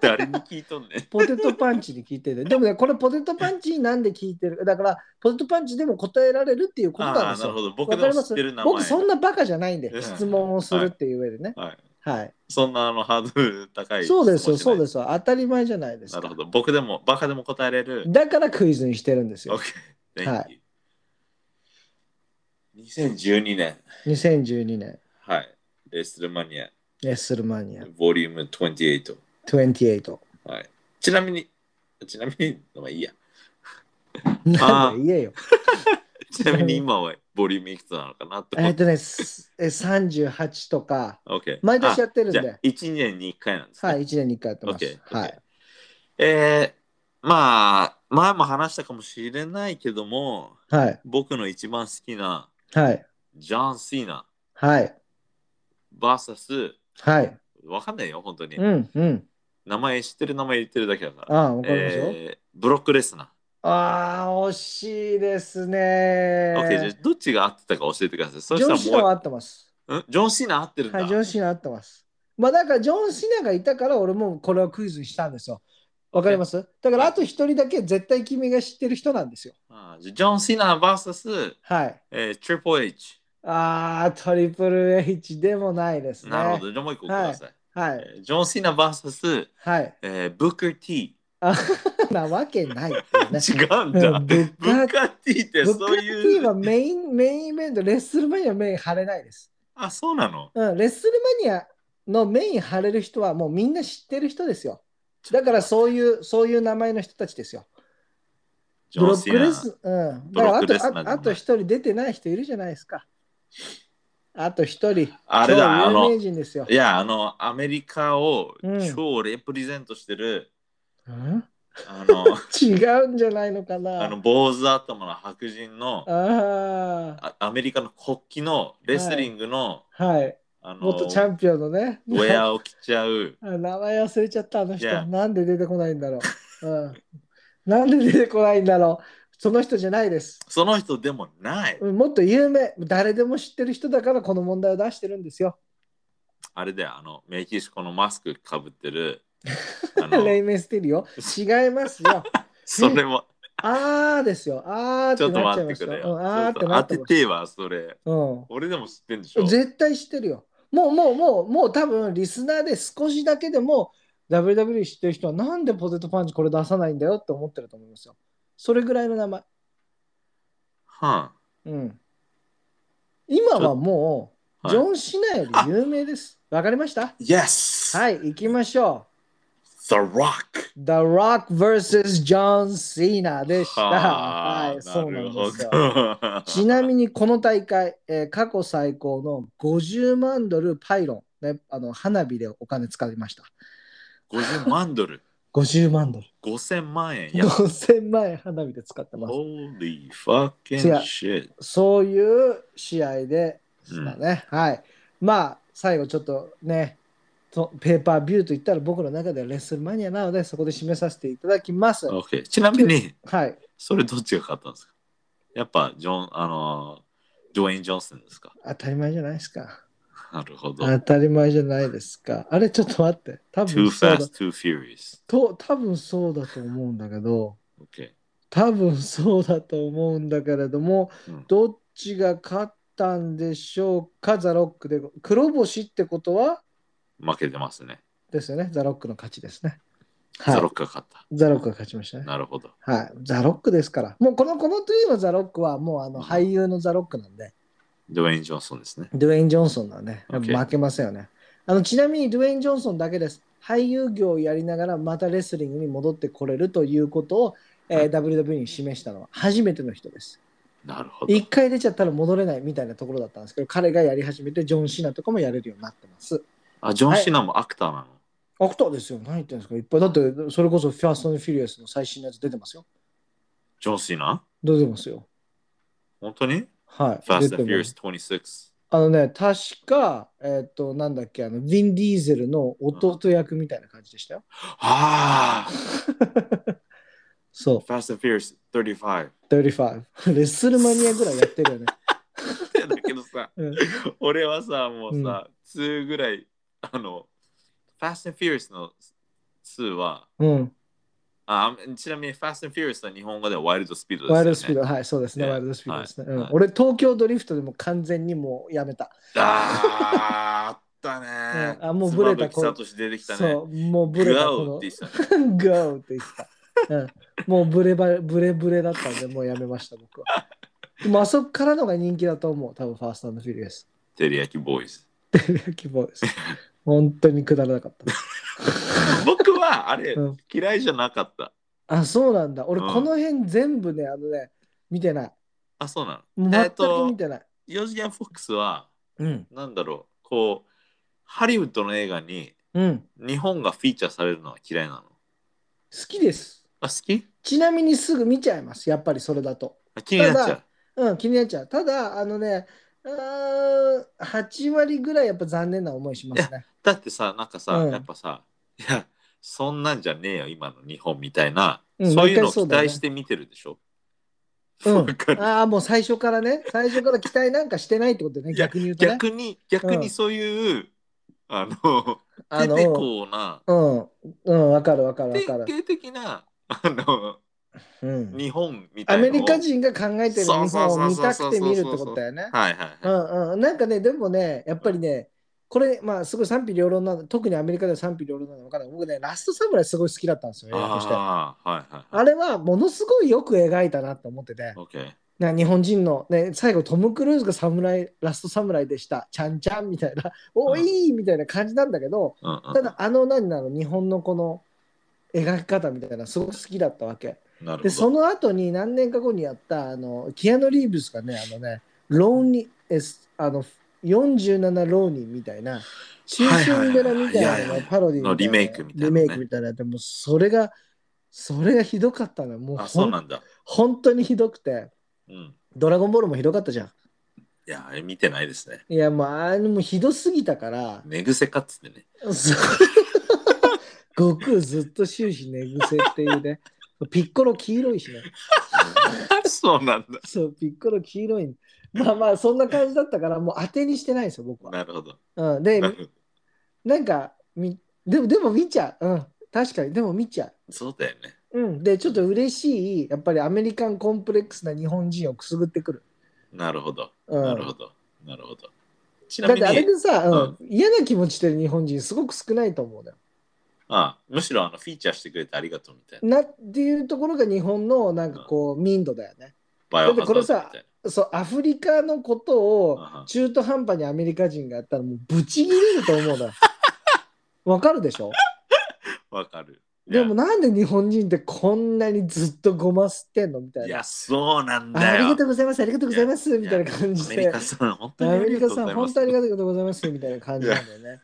B: 誰に聞いとんねん。
A: ポテトパンチに聞いてるでもねこれポテトパンチになんで聞いてるだからポテトパンチでも答えられるっていうこと
B: あ
A: なん
B: あ、
A: です
B: な
A: よ
B: るほど。
A: わ
B: 僕
A: か
B: で
A: り
B: も
A: ま
B: 知
A: す
B: ってる名前。
A: 僕そんなバカじゃないんで
B: うん
A: 質問をするっていう上でね
B: はい。
A: はい
B: そんなあのハードル高い。。
A: そうですよそうですすよ当たり前じゃないです
B: なる
A: か
B: ほど。僕でも、バカでも答えれる。
A: だからクイズにしてるんですよ
B: OK。
A: は
B: Thank you. 2012年。
A: 2012年
B: はい。レッスルマニア、
A: レッスルマニア
B: ボリューム28。
A: 28。
B: はい。ちなみに、ちなみに、ま あいいや。
A: なんで言えよ。
B: ちなみに今はボリュームいくつなのかなって
A: え
B: 思
A: っ
B: って。
A: とね、すえ38とか、
B: OK。
A: 毎年や
B: っ
A: ってるん
B: じゃあ
A: で、
B: 1年に1回なんですね。
A: はい、1年に1回やってます。
B: OK
A: はい。
B: えー、まあ、前も話したかもしれないけども、
A: はい。
B: 僕の一番好きな、
A: はい。
B: ジョン・シーナ、
A: はい。
B: VS、
A: はい。
B: わかんないよ、本当に
A: う。ん。うん。
B: 名前知ってる名前言ってるだけだから。
A: ああ、わかりますよ。
B: えー、ブロックレスナー。
A: ああ、惜しいですね。
B: OK、じゃあどっちが合ってたか教えてください。そ
A: ジ
B: し
A: ョ
B: た
A: ン・
B: ら
A: シナ
B: も
A: は合ってます。
B: う、んジョン・シナ合ってるんだ。
A: はい、ジョン・シナ合ってます。まあ、だから、ジョン・シナがいたから、俺もこれをクイズにしたんですよ。わかりますだから、あと一人だけ絶対君が知ってる人なんですよ。
B: あーじゃあジョン・シナ VS、
A: はい。
B: えー、Triple H。
A: ああ、トリプル H でもないですね。
B: なるほど。じゃあもう一個ください。
A: はい。
B: えージョン・シナ VS、
A: はい。
B: えー、Booker T。
A: あなわけないっていう ね。
B: 違うん
A: う
B: だ。
A: んブッカー
B: Booker T って
A: ブッカ
B: そう
A: ー T
B: い
A: は
B: う。
A: メイン、メインイベント、レッスルマニアはメイン張れないです。
B: あ、そうなの
A: うん、レッスルマニアのメイン張れる人はもうみんな知ってる人ですよ。だからそういう、そういう名前の人たちですよ。
B: ジ
A: ブ
B: ョ
A: ロ
B: ン・
A: ッ
B: シ
A: クレ
B: ナ。
A: ス、うん。
B: ブ
A: だか
B: ロ
A: ら
B: ッ
A: あ
B: クレス
A: と、
B: ナーでもない
A: ああと一人出てない人いるじゃないですか。あと一人。
B: あれだ、
A: 超
B: あ
A: 有
B: の
A: 名、人ですよ
B: い。や、あの、アメリカを
A: うん
B: 超レプリゼントしてる、
A: うん
B: あの、
A: 違 うんじゃないのかな。
B: あの坊主頭の白人の
A: あ
B: あアメリカの国旗のレスリングの、
A: あ、はい。
B: あの
A: 元チャンピオンのね。
B: ウェアを着ちゃう
A: あ名前忘れちゃったあの人。
B: いや
A: なんで出てこないんだろう。うん、なんで出てこないんだろう。その人じゃないです。
B: その人でもない、
A: うんもっと有名、誰でも知ってる人だからこの問題を出してるんですよ。
B: あれだよあのメキシコのマスクかぶってるあ の
A: レイメステリオ。違いますよ。
B: それも
A: あーですよ。あーっ
B: ちょ
A: て
B: っと
A: なっちゃ
B: 待
A: いま
B: って
A: した。
B: くれよ、
A: うんあーっ
B: ちょ
A: て
B: っと
A: な
B: 当
A: って
B: て
A: ま
B: てはそれ
A: した。うん
B: 俺でも知ってんでしょ
A: 絶対知ってるよ。もうもうもうもう多分リスナーで少しだけでも WWE 知ってる人はなんでポテトパンチこれ出さないんだよって思ってると思いますよ。それぐらいの名前。
B: は
A: うん。今はもう
B: あ
A: ジョ
B: はい、
A: ン・シナより有名です。わ、かりました
B: Yes!
A: はい、行きましょ
B: The Rock!
A: う。The Rock vs. ジョン・シナでした。
B: はあ
A: はい、そうなんですよ。
B: な
A: ちなみにこの大会、えー過去最高の50万ドルパイロン、ね、あの花火でお金使いました。
B: に50万ドル
A: 50万ドル。
B: 5000万円や
A: 5000万円花火で使ってます。
B: Holy fucking
A: 違う
B: shit
A: そういう試合でしたね。はい。まあ、最後ちょっとね、とペーパービューといったら僕の中ではレッスルマニアなので、そこで締めさせていただきます。
B: OK ちなみに
A: はい。
B: それどっちが勝ったんですかやっぱジョンあのー、ジョエイン・ジョンソンですか
A: 当たり前じゃないですか。
B: なるほど
A: 当たり前じゃないですか。あれ、ちょっと待って。多
B: Too
A: 分そうだ
B: fast, too furious
A: と多分そうだと思うんだけど。
B: OK
A: 多分そうだと思うんだけれども、
B: うん
A: どっちが勝ったんでしょうか、ザ・ロックで。黒星ってことは
B: 負けてますね、
A: ですよね、ザ・ロックの勝ちですね。はい、
B: ザロックが勝った
A: ザロックが勝ちましたね。
B: なるほど
A: はい、ザ・ロックですから、もうこのこのトゥイのザ・ロックはもうあの
B: うん
A: 俳優のザ・ロックなんで、
B: ジョエイン・ジョンソンですね
A: ドゥエイン・ジョンソンなんで、やっ
B: OK
A: ぱ負けませんよね。あのちなみにドゥエイン・ジョンソンだけです。俳優業をやりながらまたレスリングに戻ってこれるということを、えー WWE に示したのは初めての人です。
B: なるほど
A: 一回出ちゃったら戻れないみたいなところだったんですけど彼がやり始めてジョン・シナとかもやれるようになってます
B: あジョン・シナもアクターなの、
A: アクターですよ何言ってんですかいっぱいだってそれこそファーストフィリアスの最新のやつ出てますよ
B: ジョン・シナ
A: 出てますよ
B: 本当に
A: はい
B: ?Fast
A: 出
B: and
A: てます
B: Furious 26
A: あのね確かえっ、となんだっけあのヴィン・ディーゼルの弟役みたいな感じでしたよ
B: ああ
A: そ
B: Fast and Furious 35
A: う35レッスルマニアぐらいやってるよね
B: だけどさ、
A: うん
B: 俺はさ、もうさ、2ぐらい、あの、Fast and Furious の2は、
A: うん
B: あちなみに Fast and Furious は日本語ではワイルドスピードですよ、ね。
A: ワイルドスピードはいそうですね
B: いや
A: ワイルドスピードですね、
B: はい
A: うん
B: はい
A: 俺東京ドリフトでも完全にもうやめた
B: あーあったね。
A: うんあもうブレた
B: 妻夫木聡出てきたね。
A: そうもうブレ
B: グ
A: た
B: ア
A: こ
B: ウ
A: の
B: って言ってたね。
A: Go って言った。うん、もうブレバブレブレだったんで、もうやめました、僕は。でもあそこからのが人気だと思う、多分ファーストアンドフィリアス。
B: テリヤキボーイズ。
A: テレビ希望です。本当にくだらなかった。
B: 僕はあれ、
A: うん
B: 嫌いじゃなかった。
A: あ、そうなんだ。俺、
B: うん
A: この辺全部ね、あのね、見てない。
B: あ、そうな
A: もう
B: の。えっ
A: 全く
B: と
A: 見、てない。
B: 四次元フォックスは、
A: うん。
B: なんだろう、こう、ハリウッドの映画に
A: うん。
B: 日本がフィーチャーされるのは嫌いなの。
A: 好きです。
B: あ、好き
A: ちなみにすぐ見ちゃいます、やっぱりそれだと。
B: あ気になっちゃう。
A: うん、気になっちゃう。ただ、あのね、うーん8割ぐらいやっぱ残念な思いしますね。
B: だってさ、なんかさ、
A: うん
B: やっぱさ、いや、そんなんじゃねえよ、今の日本みたいな、
A: うん
B: そう
A: 毎
B: いうの
A: 回
B: を
A: そ
B: 期
A: うだよね
B: 待して見てるでしょ。
A: うん
B: わか る
A: ああ、もう最初からね、最初から期待なんかしてないってことね、
B: いや
A: 逆に言うとね。
B: 逆に、逆
A: うん
B: にそういう、あの、
A: あ
B: テペ
A: の、
B: コーな、
A: うん、うん、わかるわかるわ
B: 典
A: かる。
B: 型的な、あの、
A: うん、
B: 日本みた
A: ア
B: いなの
A: メ
B: を。
A: リカ人が考えてる日
B: そうそ
A: 本
B: う
A: を
B: そう
A: 見
B: そ
A: た
B: うそ
A: く
B: う
A: て見るってことだよね。
B: はいはいうはい。
A: んうん、なんかね、でもね、やっぱりね、これ、まあ、すごい賛否両論なの、特にアメリカでは賛否両論なのわからない。僕ね、ラストサムライすごい好きだったんですよ、映画として。
B: ああ、はいはい
A: あ
B: はい。
A: れはものすごいよく描いたなと思ってて、
B: オッケー。
A: な日本人の、ね、最後トム・クルーズが侍ラスト侍でした、ちゃんちゃんみたいな、おいみたいな感じなんだけど、
B: うんうん、
A: ただあの何なの日本のこの描き方みたいなすごく好きだったわけ。
B: なる
A: で
B: ほど。
A: その後に何年か後にやったあのキアノ・リーブスがねあのねローニエスあの47ローニンみたいな中心寺みた
B: はいはい
A: い
B: はい
A: な
B: はい
A: のパロディみたいな
B: のリメイクみたいなね
A: リメイクみたいなでもそれがそれがひどかったのよもう
B: あ、そ
A: ほ
B: うんなんだ。
A: 本当にひどくて
B: うん。
A: 「ドラゴンボール」もひどかったじゃん
B: いや、あれ見てないですね。
A: いやもうあのもうひどすぎたから
B: 寝癖かっつってね。
A: そう悟空ずっと終始寝癖っていうねピッコロ黄色いしね
B: そうなんだ。
A: そう、ピッコロ黄色い。まあまあ、そんな感じだったから、もう当てにしてないんですよ、僕は。
B: なるほど。
A: うん、で
B: な、るほど
A: なんか、みでも、でも見ちゃう。うん、確かに、でも見ちゃう。
B: そうだよね。
A: うん、で、ちょっと嬉しい、やっぱりアメリカンコンプレックスな日本人をくすぐってくる。
B: なるほど。
A: うん、
B: なるほど。なるほど。ちな
A: だっ
B: み
A: てあれ
B: に、
A: でさ、うん嫌な気持ちしてる日本人すごく少ないと思うのよ。
B: あむしろあのフィーチャーしてくれてありがとうみたいな。
A: なっていうところが日本のなんかこう民度だよね。
B: バイオハザードみたいな
A: だってそうアフリカのこと
B: うんう
A: を
B: ん
A: 中途半端にアメリカ人がやったらもうブチギレると思う のよ。わかるでしょ
B: わかる。いや
A: でもなんで日本人ってこんなにずっとごま吸ってんのみたい
B: い
A: な。
B: や、そうなん
A: あ
B: だ
A: あり
B: よ
A: が。とうございます、ありがとうございます、みたいな感
B: ア
A: じ
B: メリ
A: で
B: カ。さん、本
A: ア
B: 当にあ
A: メ
B: り
A: リ
B: が
A: カ
B: と
A: さん、
B: うございま
A: 本
B: す
A: 当。にありがとうございます、みたいな感じなんだよね。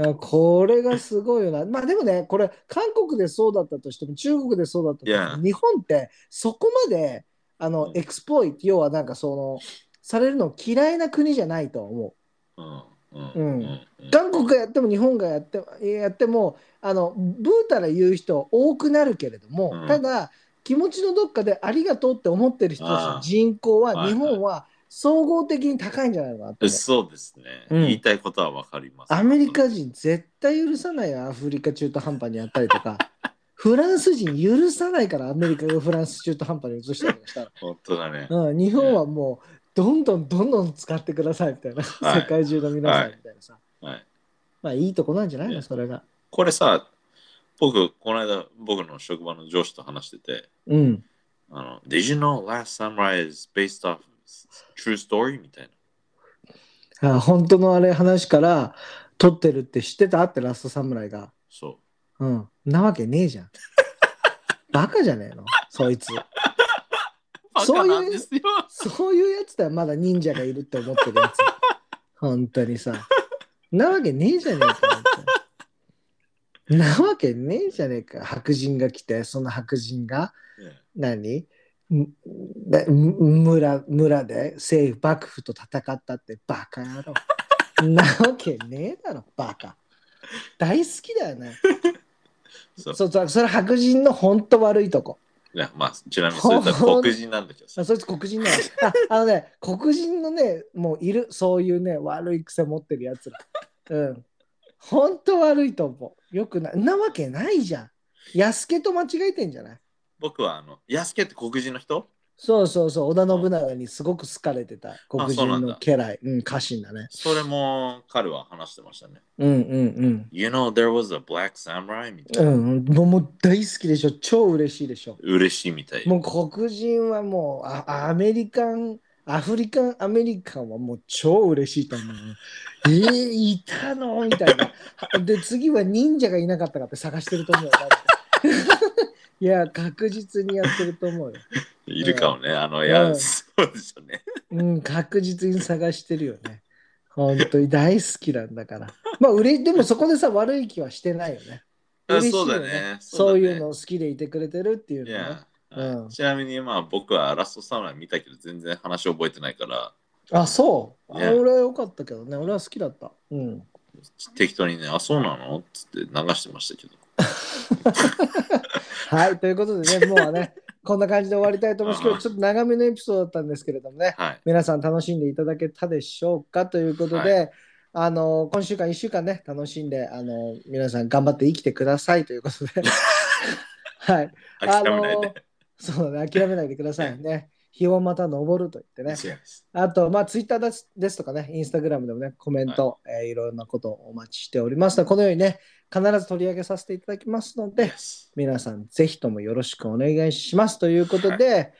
A: あこれがすごいよな。まあでもね、これ、韓国でそうだったとしても、中国でそうだったとしても、
B: Yeah.
A: 日本ってそこまで、あの
B: う、ん
A: エクスポイト、要はなんかその、されるの嫌いな国じゃないとは思う。
B: うん
A: う
B: うんんうん
A: 韓国がやっても日本がやってやってもあのブータラ言う人多くなるけれども、
B: うん
A: ただ気持ちのどっかでありがとうって思ってる人たち
B: あ
A: の
B: ー
A: 人口
B: はい
A: は
B: はい
A: 日本は総合的に高いんじゃないのかなって、
B: そうですね、
A: うん
B: 言いたいことはわかります。
A: アメリカ人絶対許さないよアフリカ中途半端にやったりと かフランス人許さないからアメリカがフランス中途半端に移したりしたら、
B: 本当だね。
A: うん、日本はもうどんどんどんどん使ってくださいみたいな、
B: はい
A: 世界中の皆さんみたいなさ、
B: はい、
A: まあいいとこなんじゃないの
B: ね
A: それが。
B: これさ、僕、この間、僕の職場の上司と話してて、
A: うん
B: あの Did you know Last Samurai is based off true story? みたいな。
A: あ本当のあれ話から撮ってるって知ってたってラストサムライが。
B: そ
A: うん。なわけねえじゃん。バカじゃねえのそいつ。
B: う。
A: そういう
B: バカなんですよ。
A: そういうやつだよ。まだ忍者がいるって思ってる やつ。本当にさ。なわけねえじゃねえか。本当になわけねえじゃねえか。白人が来て、その白人が
B: ね
A: 何、むだむ村村で政府幕府と戦ったってバカ野郎。なわけねえだろ、バカ。大好きだよね。
B: そう
A: そうそうそれ白人の本当悪いとこ。
B: いやまあ、ちなみにそれとは黒人なんだけど
A: あ
B: さ。
A: そいつ黒人なの。 ああのね、黒人のね、もういる、そういうね、悪い癖持ってるやつら。うん。本当悪いと思う。よくない。なわけないじゃん。安家と間違えてんじゃない
B: 僕は、あの、ヤスケって黒人の人
A: そうそうそう、織田信長にすごく好かれてた黒
B: そうな
A: 人
B: ん
A: の
B: だ
A: 家来、うん、家臣だね。
B: それも彼は話してましたね。
A: うんうん
B: You know, there was a black samurai? みた
A: う
B: いな。
A: ん。うん、もうもう大好きでしょ、超嬉しいでしょ。
B: 嬉しいみたい。
A: もう黒人はもうあアメリカン、アフリカンアメリカンはもう超嬉しいと思う。えー、いたのみたいな。で、次は忍者がいなかったかって探してると思うよ。だって いや、確実にやってると思うよ。
B: いるかもね。あの、いうや、
A: ん
B: そうでしょうね。
A: うん、確実に探してるよね。本当に大好きなんだから。まあ、うれでもそこでさ、悪い気はしてないよね。
B: あ
A: 嬉しいよ
B: そうだね。
A: そう
B: だね
A: いうの。好きでいてくれてるっていう
B: い
A: のはね
B: や。はい
A: うん
B: ちなみに、まあ、僕はラストサムライ見たけど、全然話覚えてないから、
A: あ、そう。あ
B: ね
A: 俺は良かったけどね。俺は好きだった。うん。
B: 適当にね、あ、そうなのっつって流してましたけど。
A: はい、ということでね、もうね、こんな感じで終わりたいと思います。今日ちょっと長めのエピソードだったんですけれどもね、
B: はい。
A: 皆さん楽しんでいただけたでしょうかということで、あの今週間1週間ね楽しんであの皆さん頑張って生きてくださいということ ではい
B: 諦めないで。
A: あのそうだね諦めないでください ね日をまた昇ると言ってね
B: 違います
A: あとまあツイッターですですとかねインスタグラムでもねコメント、いえーいろんなことをお待ちしておりますのでこのようにね必ず取り上げさせていただきますので
B: Yes.
A: 皆さんぜひともよろしくお願いしますということで、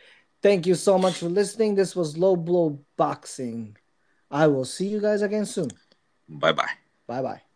A: Thank you so much for listening. This was Low Blow Boxing. I will see you guys again soon.
B: Bye bye.
A: Bye bye.